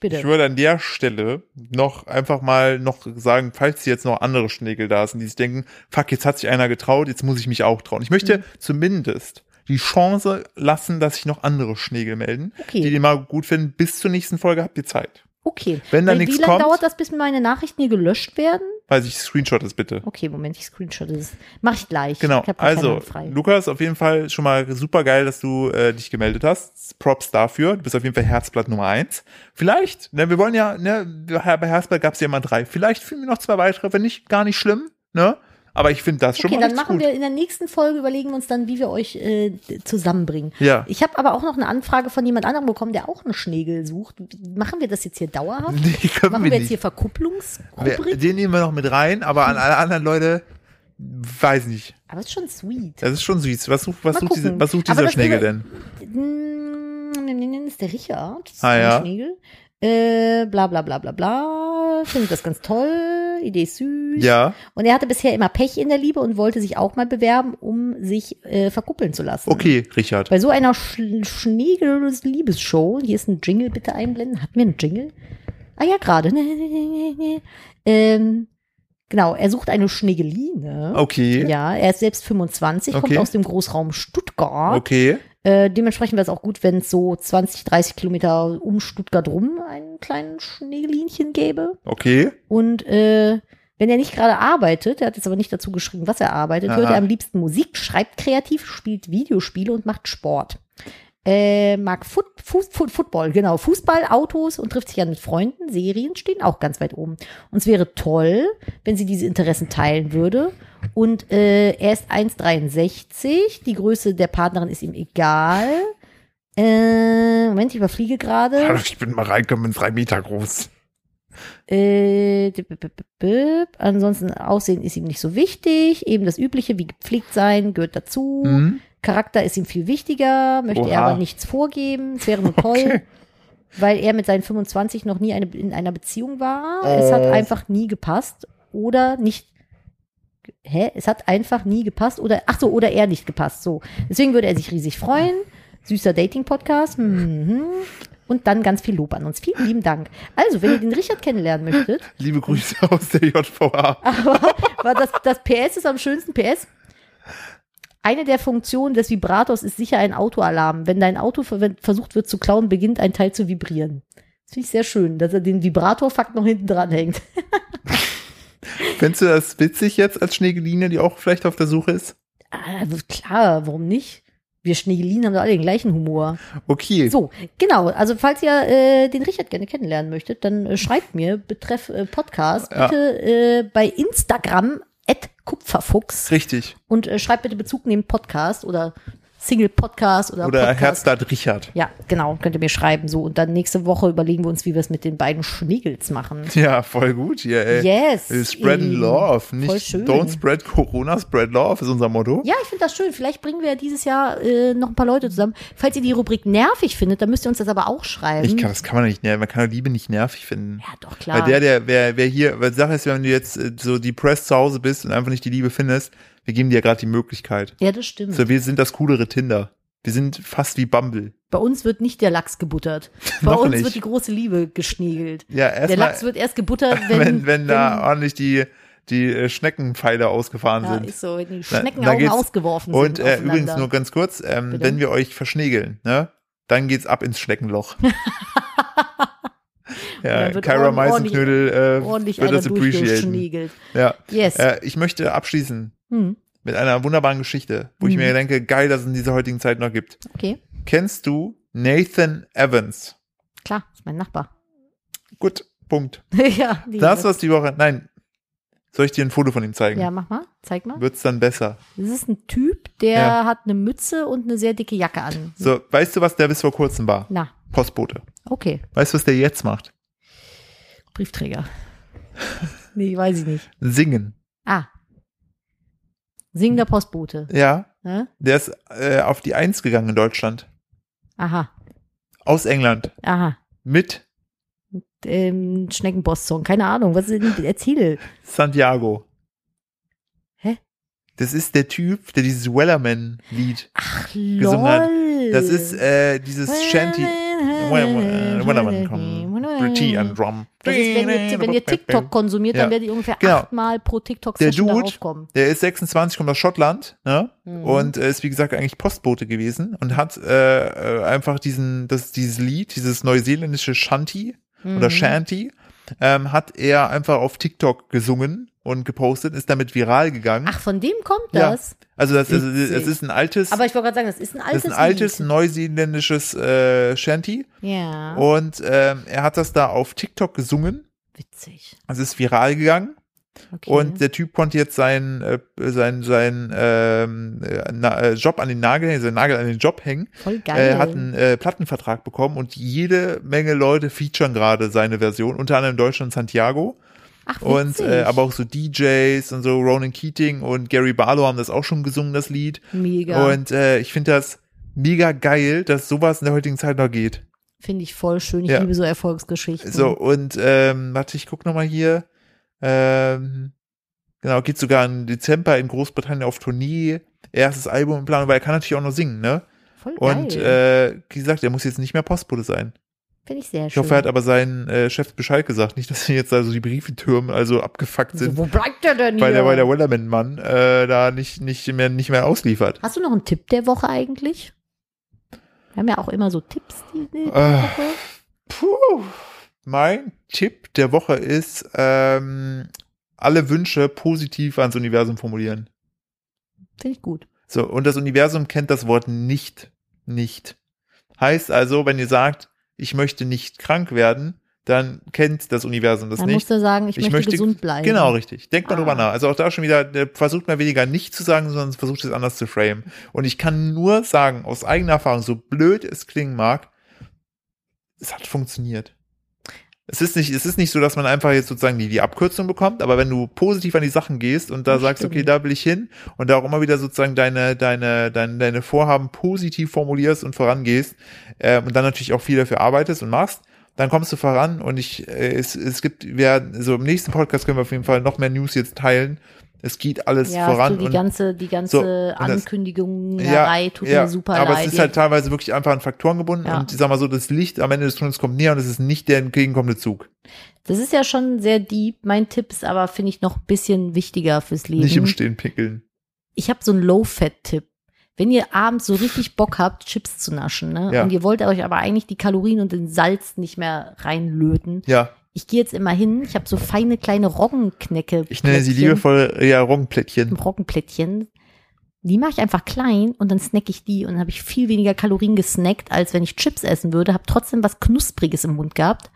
[SPEAKER 1] Ich
[SPEAKER 2] Bitte.
[SPEAKER 1] würde an der Stelle noch einfach mal noch sagen, falls hier jetzt noch andere Schnägel da sind, die sich denken, fuck, jetzt hat sich einer getraut, jetzt muss ich mich auch trauen. Ich
[SPEAKER 2] Mhm.
[SPEAKER 1] möchte zumindest die Chance lassen, dass sich noch andere Schnägel melden,
[SPEAKER 2] Okay.
[SPEAKER 1] die den mal gut finden. Bis zur nächsten Folge habt ihr Zeit.
[SPEAKER 2] Okay.
[SPEAKER 1] Wenn da
[SPEAKER 2] Weil
[SPEAKER 1] nichts
[SPEAKER 2] Wie lange
[SPEAKER 1] kommt-
[SPEAKER 2] dauert das, bis meine Nachrichten hier gelöscht werden?
[SPEAKER 1] Weiß ich, Screenshot ist bitte.
[SPEAKER 2] Okay, Moment, ich screenshot das. Mache ich gleich.
[SPEAKER 1] Genau,
[SPEAKER 2] Ich hab noch
[SPEAKER 1] also
[SPEAKER 2] keinen frei.
[SPEAKER 1] Lukas, auf jeden Fall schon mal super geil, dass du äh, dich gemeldet hast. Props dafür. Du bist auf jeden Fall Herzblatt Nummer eins. Vielleicht, ne, wir wollen ja, ne, bei Herzblatt gab es ja mal drei. Vielleicht finden wir noch zwei weitere, wenn nicht, gar nicht schlimm, ne? Aber ich finde das schon
[SPEAKER 2] Okay,
[SPEAKER 1] mal
[SPEAKER 2] dann
[SPEAKER 1] richtig
[SPEAKER 2] machen
[SPEAKER 1] gut.
[SPEAKER 2] wir in der nächsten Folge, überlegen wir uns dann, wie wir euch äh, d- zusammenbringen.
[SPEAKER 1] Ja.
[SPEAKER 2] Ich habe aber auch noch eine Anfrage von jemand anderem bekommen, der auch einen Schnägel sucht. Machen wir das jetzt hier dauerhaft?
[SPEAKER 1] Nee, können
[SPEAKER 2] Machen wir
[SPEAKER 1] wir
[SPEAKER 2] jetzt
[SPEAKER 1] nicht.
[SPEAKER 2] hier
[SPEAKER 1] Wir,
[SPEAKER 2] Verkupplungsrubrik?
[SPEAKER 1] den nehmen wir noch mit rein, aber an alle anderen Leute, weiß nicht.
[SPEAKER 2] Aber ist schon sweet.
[SPEAKER 1] Das ist schon süß. Was sucht, was
[SPEAKER 2] Mal
[SPEAKER 1] sucht, diese,
[SPEAKER 2] gucken.
[SPEAKER 1] was sucht
[SPEAKER 2] Aber
[SPEAKER 1] dieser
[SPEAKER 2] das
[SPEAKER 1] Schnägel
[SPEAKER 2] wäre-
[SPEAKER 1] denn?
[SPEAKER 2] Hm, Das ist der Richard.
[SPEAKER 1] Ah,
[SPEAKER 2] der
[SPEAKER 1] ja.
[SPEAKER 2] Schnägel. Äh, bla bla bla bla bla. Findet das ganz toll. Idee ist süß.
[SPEAKER 1] Ja.
[SPEAKER 2] Und er hatte bisher immer Pech in der Liebe und wollte sich auch mal bewerben, um sich äh, verkuppeln zu lassen.
[SPEAKER 1] Okay, Richard.
[SPEAKER 2] Bei so einer Sch Schnegel-Liebesshow, hier ist ein Jingle, bitte einblenden. Hatten wir einen Jingle? Ah ja, gerade. Nee, nee, nee, nee. Ähm, genau, er sucht eine Schnegeline.
[SPEAKER 1] Okay.
[SPEAKER 2] Ja, er ist selbst 25, kommt
[SPEAKER 1] Okay.
[SPEAKER 2] aus dem Großraum Stuttgart.
[SPEAKER 1] Okay.
[SPEAKER 2] Äh, dementsprechend wäre es auch gut, wenn es so 20, 30 Kilometer um Stuttgart rum einen kleinen Schneegelinchen gäbe.
[SPEAKER 1] Okay.
[SPEAKER 2] Und äh, wenn er nicht gerade arbeitet, er hat jetzt aber nicht dazu geschrieben, was er arbeitet,
[SPEAKER 1] Aha.
[SPEAKER 2] hört er am liebsten Musik, schreibt kreativ, spielt Videospiele und macht Sport. Äh, mag Foot, Fuß- Fu- Football, genau, Fußball, Autos und trifft sich an mit Freunden. Serien stehen auch ganz weit oben. Und es wäre toll, wenn sie diese Interessen teilen würde. Und äh, er ist 1,63. Die Größe der Partnerin ist ihm egal. Äh, Moment, ich überfliege gerade.
[SPEAKER 1] Hallo, ich bin mal reinkommen, bin drei Meter groß.
[SPEAKER 2] Äh, dip, dip, dip, dip. Ansonsten Aussehen ist ihm nicht so wichtig. Eben das Übliche, wie gepflegt sein, gehört dazu.
[SPEAKER 1] Mhm.
[SPEAKER 2] Charakter ist ihm viel wichtiger, möchte er
[SPEAKER 1] Oha.
[SPEAKER 2] aber nichts vorgeben. Es wäre nur toll,
[SPEAKER 1] Okay.
[SPEAKER 2] weil er mit seinen 25 noch nie eine, in einer Beziehung war. Es hat
[SPEAKER 1] Oh.
[SPEAKER 2] einfach nie gepasst oder nicht. Hä? Es hat einfach nie gepasst oder ach so oder er nicht gepasst. So, deswegen würde er sich riesig freuen. Süßer Dating-Podcast. Mhm. Und dann ganz viel Lob an uns. Vielen lieben Dank. Also, wenn ihr den Richard kennenlernen möchtet,
[SPEAKER 1] Liebe Grüße aus der JVA.
[SPEAKER 2] war das, das PS ist am schönsten PS. Eine der Funktionen des Vibrators ist sicher ein Autoalarm. Wenn dein Auto ver wenn versucht wird zu klauen, beginnt ein Teil zu vibrieren. Das finde ich sehr schön, dass er den Vibrator-Fakt noch hinten dran hängt.
[SPEAKER 1] Findest du das witzig jetzt als Schneegeline, die auch vielleicht auf der Suche ist?
[SPEAKER 2] Ah, klar, warum nicht? Wir Schneegelinen haben doch alle den gleichen Humor.
[SPEAKER 1] Okay.
[SPEAKER 2] So, genau. Also falls ihr äh, den Richard gerne kennenlernen möchtet, dann äh, schreibt mir betreff äh, Podcast
[SPEAKER 1] Ja.
[SPEAKER 2] bitte äh, bei Instagram kupferfuchs
[SPEAKER 1] Richtig.
[SPEAKER 2] und äh, schreibt bitte Bezug neben Podcast oder Single Podcast oder,
[SPEAKER 1] Oder
[SPEAKER 2] Podcast.
[SPEAKER 1] Herzblatt Richard.
[SPEAKER 2] Ja, genau, könnt ihr mir schreiben so und dann nächste Woche überlegen wir uns, wie wir es mit den beiden Schniegels machen.
[SPEAKER 1] Ja, voll gut hier, ey.
[SPEAKER 2] Yes. Äh,
[SPEAKER 1] Wir spreaden
[SPEAKER 2] Eben.
[SPEAKER 1] love. Nicht
[SPEAKER 2] Voll schön.
[SPEAKER 1] don't spread Corona, spread love ist unser Motto.
[SPEAKER 2] Ja, ich finde das schön. Vielleicht bringen wir ja dieses Jahr äh, noch ein paar Leute zusammen. Falls ihr die Rubrik nervig findet, dann müsst ihr uns das aber auch schreiben.
[SPEAKER 1] Ich kann, das kann man nicht, ner- man kann doch Liebe nicht nervig finden.
[SPEAKER 2] ja, doch
[SPEAKER 1] Weil
[SPEAKER 2] klar.
[SPEAKER 1] der, der, wer, wer hier, weil die Sache ist, wenn du jetzt äh, so depressed zu Hause bist und einfach nicht die Liebe findest, Wir geben dir ja gerade die Möglichkeit.
[SPEAKER 2] Ja, das stimmt.
[SPEAKER 1] So, wir sind das coolere Tinder. Wir sind fast wie Bumble.
[SPEAKER 2] Bei uns wird nicht der Lachs gebuttert. Bei
[SPEAKER 1] Noch
[SPEAKER 2] uns
[SPEAKER 1] nicht.
[SPEAKER 2] wird die große Liebe geschniegelt.
[SPEAKER 1] Ja,
[SPEAKER 2] Der
[SPEAKER 1] erstmal,
[SPEAKER 2] Lachs wird erst gebuttert, wenn,
[SPEAKER 1] wenn, wenn, da ordentlich die, die äh, Schneckenpfeile ausgefahren
[SPEAKER 2] ja,
[SPEAKER 1] sind.
[SPEAKER 2] ist so, wenn die
[SPEAKER 1] da
[SPEAKER 2] Schneckenaugen
[SPEAKER 1] geht's-
[SPEAKER 2] ausgeworfen
[SPEAKER 1] Und
[SPEAKER 2] sind.
[SPEAKER 1] äh, übrigens
[SPEAKER 2] aufeinander.
[SPEAKER 1] nur ganz kurz, ähm,
[SPEAKER 2] Bitte?
[SPEAKER 1] wenn wir euch verschnegeln, ne, dann geht's ab ins Schneckenloch. ja,
[SPEAKER 2] dann wird
[SPEAKER 1] Kyra
[SPEAKER 2] ordentlich-
[SPEAKER 1] Meisenknödel äh,
[SPEAKER 2] ordentlich
[SPEAKER 1] wird
[SPEAKER 2] einer
[SPEAKER 1] das appreciaten.
[SPEAKER 2] durchgeschniegelt.
[SPEAKER 1] Ja.
[SPEAKER 2] Yes.
[SPEAKER 1] Äh, ich möchte abschließen
[SPEAKER 2] Hm,
[SPEAKER 1] mit einer wunderbaren Geschichte, wo ich
[SPEAKER 2] Mhm.
[SPEAKER 1] mir denke, geil, dass es in dieser heutigen Zeit noch gibt.
[SPEAKER 2] okay,
[SPEAKER 1] Kennst du Nathan Evans?
[SPEAKER 2] klar, ist mein Nachbar.
[SPEAKER 1] Gut, Punkt.
[SPEAKER 2] ja, die-
[SPEAKER 1] Das was die Woche. Nein. Soll ich dir ein Foto von ihm zeigen?
[SPEAKER 2] ja, mach mal, zeig mal.
[SPEAKER 1] Wird's dann besser.
[SPEAKER 2] Das ist ein Typ, der
[SPEAKER 1] Ja.
[SPEAKER 2] hat eine Mütze und eine sehr dicke Jacke an.
[SPEAKER 1] So, weißt du, was der bis vor kurzem war?
[SPEAKER 2] Na,
[SPEAKER 1] Postbote.
[SPEAKER 2] okay,
[SPEAKER 1] Weißt du, was der jetzt macht?
[SPEAKER 2] Briefträger. nee, weiß ich nicht.
[SPEAKER 1] Singen.
[SPEAKER 2] Ah. Singender Postbote.
[SPEAKER 1] Ja.
[SPEAKER 2] Ne?
[SPEAKER 1] Der ist äh, auf die Eins gegangen in Deutschland.
[SPEAKER 2] Aha,
[SPEAKER 1] Aus England.
[SPEAKER 2] aha.
[SPEAKER 1] Mit
[SPEAKER 2] Ähm, Schneckenboss-Song. Keine Ahnung, was ist denn? Erzähl.
[SPEAKER 1] Santiago.
[SPEAKER 2] Hä?
[SPEAKER 1] Das ist der Typ, der dieses Wellerman-Lied
[SPEAKER 2] Ach,
[SPEAKER 1] gesungen hat.
[SPEAKER 2] lol.
[SPEAKER 1] Das ist äh, dieses Shanty. Wellerman kommt. Tea and Drum.
[SPEAKER 2] Das ist, wenn ihr, wenn ihr TikTok konsumiert, dann
[SPEAKER 1] Ja.
[SPEAKER 2] werdet ihr ungefähr
[SPEAKER 1] Genau.
[SPEAKER 2] achtmal pro TikTok
[SPEAKER 1] Der Dude-
[SPEAKER 2] darauf kommen.
[SPEAKER 1] Der ist 26, kommt aus Schottland ne?
[SPEAKER 2] Mhm.
[SPEAKER 1] und äh, ist wie gesagt eigentlich Postbote gewesen und hat äh, äh, einfach diesen, das, dieses Lied, dieses neuseeländische Shanty
[SPEAKER 2] Mhm.
[SPEAKER 1] oder Shanty, ähm, hat er einfach auf TikTok gesungen und gepostet, ist damit viral gegangen.
[SPEAKER 2] Ach, von dem kommt
[SPEAKER 1] Ja.
[SPEAKER 2] das?
[SPEAKER 1] also das, das, das,
[SPEAKER 2] witzig.
[SPEAKER 1] ist ein altes,
[SPEAKER 2] Aber ich wollte gerade sagen, das ist ein altes
[SPEAKER 1] das ist ein altes
[SPEAKER 2] Lied. Ah.
[SPEAKER 1] neuseeländisches äh, Shanty
[SPEAKER 2] Ja,
[SPEAKER 1] und ähm, er hat das da auf TikTok gesungen.
[SPEAKER 2] witzig.
[SPEAKER 1] Es ist viral gegangen.
[SPEAKER 2] Okay.
[SPEAKER 1] Und äh, der Typ konnte jetzt seinen äh, sein, sein, ähm, äh, na, äh, Job an den Nagel hängen, seinen Nagel an den Job hängen.
[SPEAKER 2] Voll geil.
[SPEAKER 1] Äh, hat einen äh, Plattenvertrag bekommen und jede Menge Leute featuren gerade seine Version, unter anderem Deutschland Santiago
[SPEAKER 2] Ach,
[SPEAKER 1] und
[SPEAKER 2] witzig.
[SPEAKER 1] äh, aber auch so DJs und so Ronan Keating und Gary Barlow haben das auch schon gesungen, das Lied.
[SPEAKER 2] Mega.
[SPEAKER 1] Und äh, ich finde das mega geil, dass sowas in der heutigen Zeit noch geht.
[SPEAKER 2] Finde ich voll schön. Ich
[SPEAKER 1] Ja.
[SPEAKER 2] liebe so Erfolgsgeschichten.
[SPEAKER 1] So, und ähm, warte, ich guck nochmal hier. Ähm, genau, geht sogar im Dezember in Großbritannien auf Tournee. Erstes Album in Planung, weil er kann natürlich auch noch singen, ne?
[SPEAKER 2] Voll geil.
[SPEAKER 1] Und äh, wie gesagt, er muss jetzt nicht mehr Postbote sein.
[SPEAKER 2] Finde ich sehr
[SPEAKER 1] Ich
[SPEAKER 2] schön.
[SPEAKER 1] hoffe, er hat aber seinen äh, Chef Bescheid gesagt. Nicht, dass hier jetzt also die Briefetürme also abgefuckt
[SPEAKER 2] so,
[SPEAKER 1] sind,
[SPEAKER 2] wo bleibt der denn
[SPEAKER 1] weil
[SPEAKER 2] hier?
[SPEAKER 1] der, weil der Wellerman-Mann äh, da nicht, nicht, mehr, nicht mehr ausliefert.
[SPEAKER 2] Hast du noch einen Tipp der Woche eigentlich? Wir haben ja auch immer so Tipps. Die, die
[SPEAKER 1] Äh,
[SPEAKER 2] Woche.
[SPEAKER 1] Puh. Mein Tipp der Woche ist, ähm, alle Wünsche positiv ans Universum formulieren.
[SPEAKER 2] Finde ich gut.
[SPEAKER 1] So, und das Universum kennt das Wort nicht. Nicht. Heißt also, wenn ihr sagt, ich möchte nicht krank werden, dann kennt das Universum das
[SPEAKER 2] Dann
[SPEAKER 1] nicht.
[SPEAKER 2] musst du sagen, ich,
[SPEAKER 1] Ich
[SPEAKER 2] möchte,
[SPEAKER 1] möchte-
[SPEAKER 2] gesund bleiben.
[SPEAKER 1] Genau, richtig. Denkt mal
[SPEAKER 2] Ah.
[SPEAKER 1] drüber nach. Also auch da schon wieder, äh, versucht mal weniger nicht zu sagen, sondern versucht es anders zu framen. Und ich kann nur sagen, aus eigener Erfahrung, so blöd es klingen mag, es hat funktioniert. Es ist nicht, es ist nicht so, dass man einfach jetzt sozusagen die, die Abkürzung bekommt, aber wenn du positiv an die Sachen gehst und da
[SPEAKER 2] Das
[SPEAKER 1] sagst,
[SPEAKER 2] stimmt.
[SPEAKER 1] okay, da will ich hin und da auch immer wieder sozusagen deine, deine, deine, deine Vorhaben positiv formulierst und vorangehst, äh, und dann natürlich auch viel dafür arbeitest und machst, dann kommst du voran und ich, äh, es, es gibt, wir, so im nächsten Podcast können wir auf jeden Fall noch mehr News jetzt teilen. Es geht alles
[SPEAKER 2] ja,
[SPEAKER 1] voran.
[SPEAKER 2] hast du die
[SPEAKER 1] und,
[SPEAKER 2] ganze, die
[SPEAKER 1] So,
[SPEAKER 2] ganze
[SPEAKER 1] und das-
[SPEAKER 2] Ankündigungerei tut mir super
[SPEAKER 1] aber
[SPEAKER 2] leid.
[SPEAKER 1] es ist halt teilweise wirklich einfach an Faktoren gebunden
[SPEAKER 2] Ja.
[SPEAKER 1] und ich sag mal so, das Licht am Ende des Tunnels kommt näher und es ist nicht der entgegenkommende Zug.
[SPEAKER 2] das ist ja schon sehr deep. Mein Tipp ist aber, finde ich, noch ein bisschen wichtiger fürs Leben.
[SPEAKER 1] Nicht im Stehen pickeln.
[SPEAKER 2] ich habe so einen Low-Fat-Tipp. Wenn ihr abends so richtig Bock habt, Chips zu naschen, ne?
[SPEAKER 1] Ja.
[SPEAKER 2] Und ihr wollt euch aber eigentlich die Kalorien und den Salz nicht mehr reinlöten.
[SPEAKER 1] Ja,
[SPEAKER 2] Ich gehe jetzt immer hin, ich habe so feine kleine Roggenknecke.
[SPEAKER 1] ich nenne sie
[SPEAKER 2] Plättchen.
[SPEAKER 1] liebevoll ja, Roggenplättchen.
[SPEAKER 2] Roggenplättchen. Die mache ich einfach klein und dann snacke ich die und dann habe ich viel weniger Kalorien gesnackt, als wenn ich Chips essen würde, habe trotzdem was Knuspriges im Mund gehabt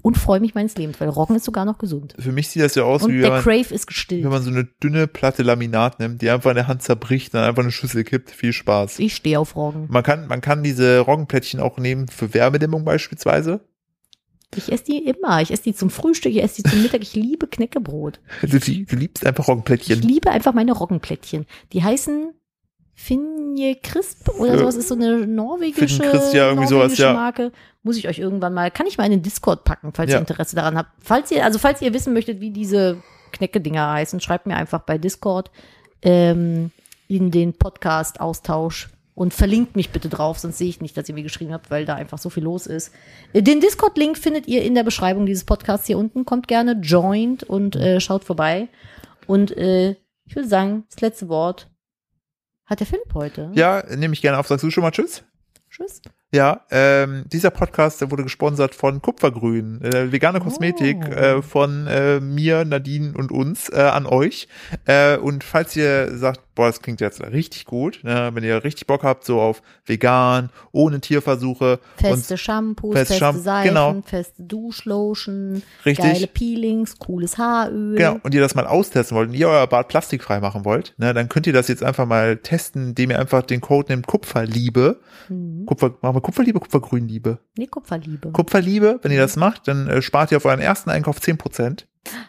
[SPEAKER 2] und freue mich meines Lebens, weil Roggen ist sogar noch gesund.
[SPEAKER 1] Für mich sieht das ja aus,
[SPEAKER 2] Und
[SPEAKER 1] wie wenn
[SPEAKER 2] der
[SPEAKER 1] man,
[SPEAKER 2] Crave ist
[SPEAKER 1] wenn
[SPEAKER 2] gestillt.
[SPEAKER 1] man so eine dünne Platte Laminat nimmt, die einfach in der Hand zerbricht, dann einfach eine Schüssel kippt. Viel Spaß.
[SPEAKER 2] Ich stehe auf Roggen.
[SPEAKER 1] Man kann, man kann diese Roggenplättchen auch nehmen für Wärmedämmung beispielsweise.
[SPEAKER 2] Ich esse die immer. Ich esse die zum Frühstück, ich esse die zum Mittag. Ich liebe Knäckebrot.
[SPEAKER 1] Du, lie- Also du liebst einfach
[SPEAKER 2] Ich
[SPEAKER 1] Roggenplättchen.
[SPEAKER 2] liebe einfach meine Roggenplättchen. Die heißen Finje Crisp oder
[SPEAKER 1] Ja.
[SPEAKER 2] sowas. Ist so eine norwegische,
[SPEAKER 1] Äh, Finje Crisp, ja, irgendwie
[SPEAKER 2] norwegische
[SPEAKER 1] sowas, ja.
[SPEAKER 2] Marke. Muss ich euch irgendwann mal, kann ich mal in den Discord packen, falls
[SPEAKER 1] Ja.
[SPEAKER 2] ihr Interesse daran habt. Falls ihr, also falls ihr wissen möchtet, wie diese Knecke-Dinger heißen, schreibt mir einfach bei Discord ähm, in den Podcast-Austausch und verlinkt mich bitte drauf, sonst sehe ich nicht, dass ihr mir geschrieben habt, weil da einfach so viel los ist. Äh, Den Discord-Link findet ihr in der Beschreibung dieses Podcasts hier unten. Kommt gerne, joint und äh, schaut vorbei. Und äh, ich würde sagen, das letzte Wort hat der Philipp heute.
[SPEAKER 1] Ja, nehme ich gerne auf. Sagst du schon mal Tschüss?
[SPEAKER 2] Tschüss.
[SPEAKER 1] Ja, ähm, dieser Podcast der wurde gesponsert von Kupfergrün, äh, vegane Kosmetik
[SPEAKER 2] Oh.
[SPEAKER 1] äh, von äh, mir, Nadine und uns äh, an euch. Äh, und falls ihr sagt, boah, das klingt jetzt richtig gut, ne, wenn ihr richtig Bock habt, so auf vegan, ohne Tierversuche
[SPEAKER 2] Feste Shampoos,
[SPEAKER 1] feste
[SPEAKER 2] feste,
[SPEAKER 1] Shampoo,
[SPEAKER 2] Seifen,
[SPEAKER 1] genau.
[SPEAKER 2] feste Duschlotion,
[SPEAKER 1] Richtig.
[SPEAKER 2] geile Peelings, cooles Haaröl.
[SPEAKER 1] Genau, und ihr das mal austesten wollt und ihr euer Bad plastikfrei machen wollt, ne, dann könnt ihr das jetzt einfach mal testen, indem ihr einfach den Code nehmt Kupferliebe.
[SPEAKER 2] Mhm.
[SPEAKER 1] Kupfer, machen wir Kupferliebe, Kupfergrünliebe.
[SPEAKER 2] Nee, Kupferliebe.
[SPEAKER 1] Kupferliebe, wenn ihr das macht, dann äh, spart ihr auf euren ersten Einkauf 10%.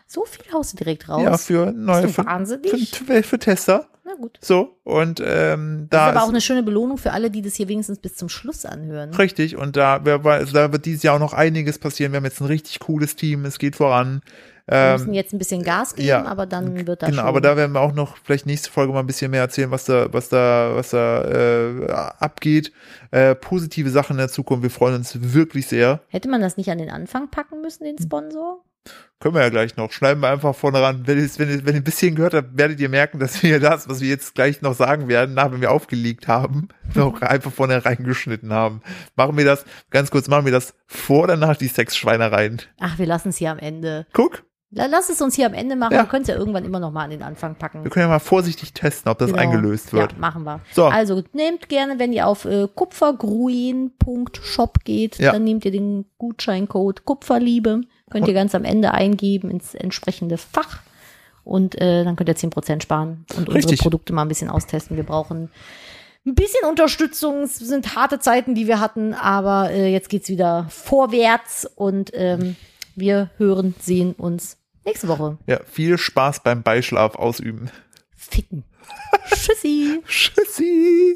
[SPEAKER 2] so viel haust du direkt raus.
[SPEAKER 1] Ja, für neue,
[SPEAKER 2] Bist du
[SPEAKER 1] für, für,
[SPEAKER 2] wahnsinnig?
[SPEAKER 1] für, für Tester.
[SPEAKER 2] Na gut.
[SPEAKER 1] So, und ähm, da
[SPEAKER 2] das ist aber auch
[SPEAKER 1] ist,
[SPEAKER 2] eine schöne Belohnung für alle, die das hier wenigstens bis zum Schluss anhören.
[SPEAKER 1] richtig, und da, wer weiß, also da wird dieses Jahr auch noch einiges passieren. Wir haben jetzt ein richtig cooles Team, es geht voran.
[SPEAKER 2] Wir
[SPEAKER 1] Ähm,
[SPEAKER 2] müssen jetzt ein bisschen Gas geben, aber dann wird das
[SPEAKER 1] Genau,
[SPEAKER 2] schon.
[SPEAKER 1] aber da werden wir auch noch vielleicht nächste Folge mal ein bisschen mehr erzählen, was da, was da, was da äh, abgeht. Äh, positive Sachen in der Zukunft. Wir freuen uns wirklich sehr.
[SPEAKER 2] Hätte man das nicht an den Anfang packen müssen, den Sponsor?
[SPEAKER 1] Können wir ja gleich noch. Schneiden wir einfach vorne ran. Wenn ihr, wenn ihr, wenn ihr ein bisschen gehört habt, werdet ihr merken, dass wir das, was wir jetzt gleich noch sagen werden, nach wenn wir aufgelegt haben, noch einfach vorne reingeschnitten haben. Machen wir das, ganz kurz, machen wir das vor oder nach die Sexschweinereien.
[SPEAKER 2] Ach, wir lassen es hier am Ende.
[SPEAKER 1] Guck,
[SPEAKER 2] La- Lass es uns hier am Ende machen.
[SPEAKER 1] Ja.
[SPEAKER 2] Wir können es ja irgendwann immer noch mal an den Anfang packen.
[SPEAKER 1] wir können ja mal vorsichtig testen, ob das
[SPEAKER 2] Genau.
[SPEAKER 1] eingelöst wird.
[SPEAKER 2] Ja, machen wir.
[SPEAKER 1] So.
[SPEAKER 2] Also nehmt gerne, wenn ihr auf äh, kupfergruin.shop geht,
[SPEAKER 1] Ja.
[SPEAKER 2] dann nehmt ihr den Gutscheincode Kupferliebe. Könnt ihr ganz am Ende eingeben ins entsprechende Fach. Und äh, dann könnt ihr 10% sparen und unsere
[SPEAKER 1] Richtig.
[SPEAKER 2] Produkte mal ein bisschen austesten. Wir brauchen ein bisschen Unterstützung. Es sind harte Zeiten, die wir hatten, aber äh, jetzt geht's wieder vorwärts und ähm, wir hören, sehen uns nächste Woche.
[SPEAKER 1] ja, viel Spaß beim Beischlaf ausüben.
[SPEAKER 2] Ficken. Tschüssi.
[SPEAKER 1] Tschüssi!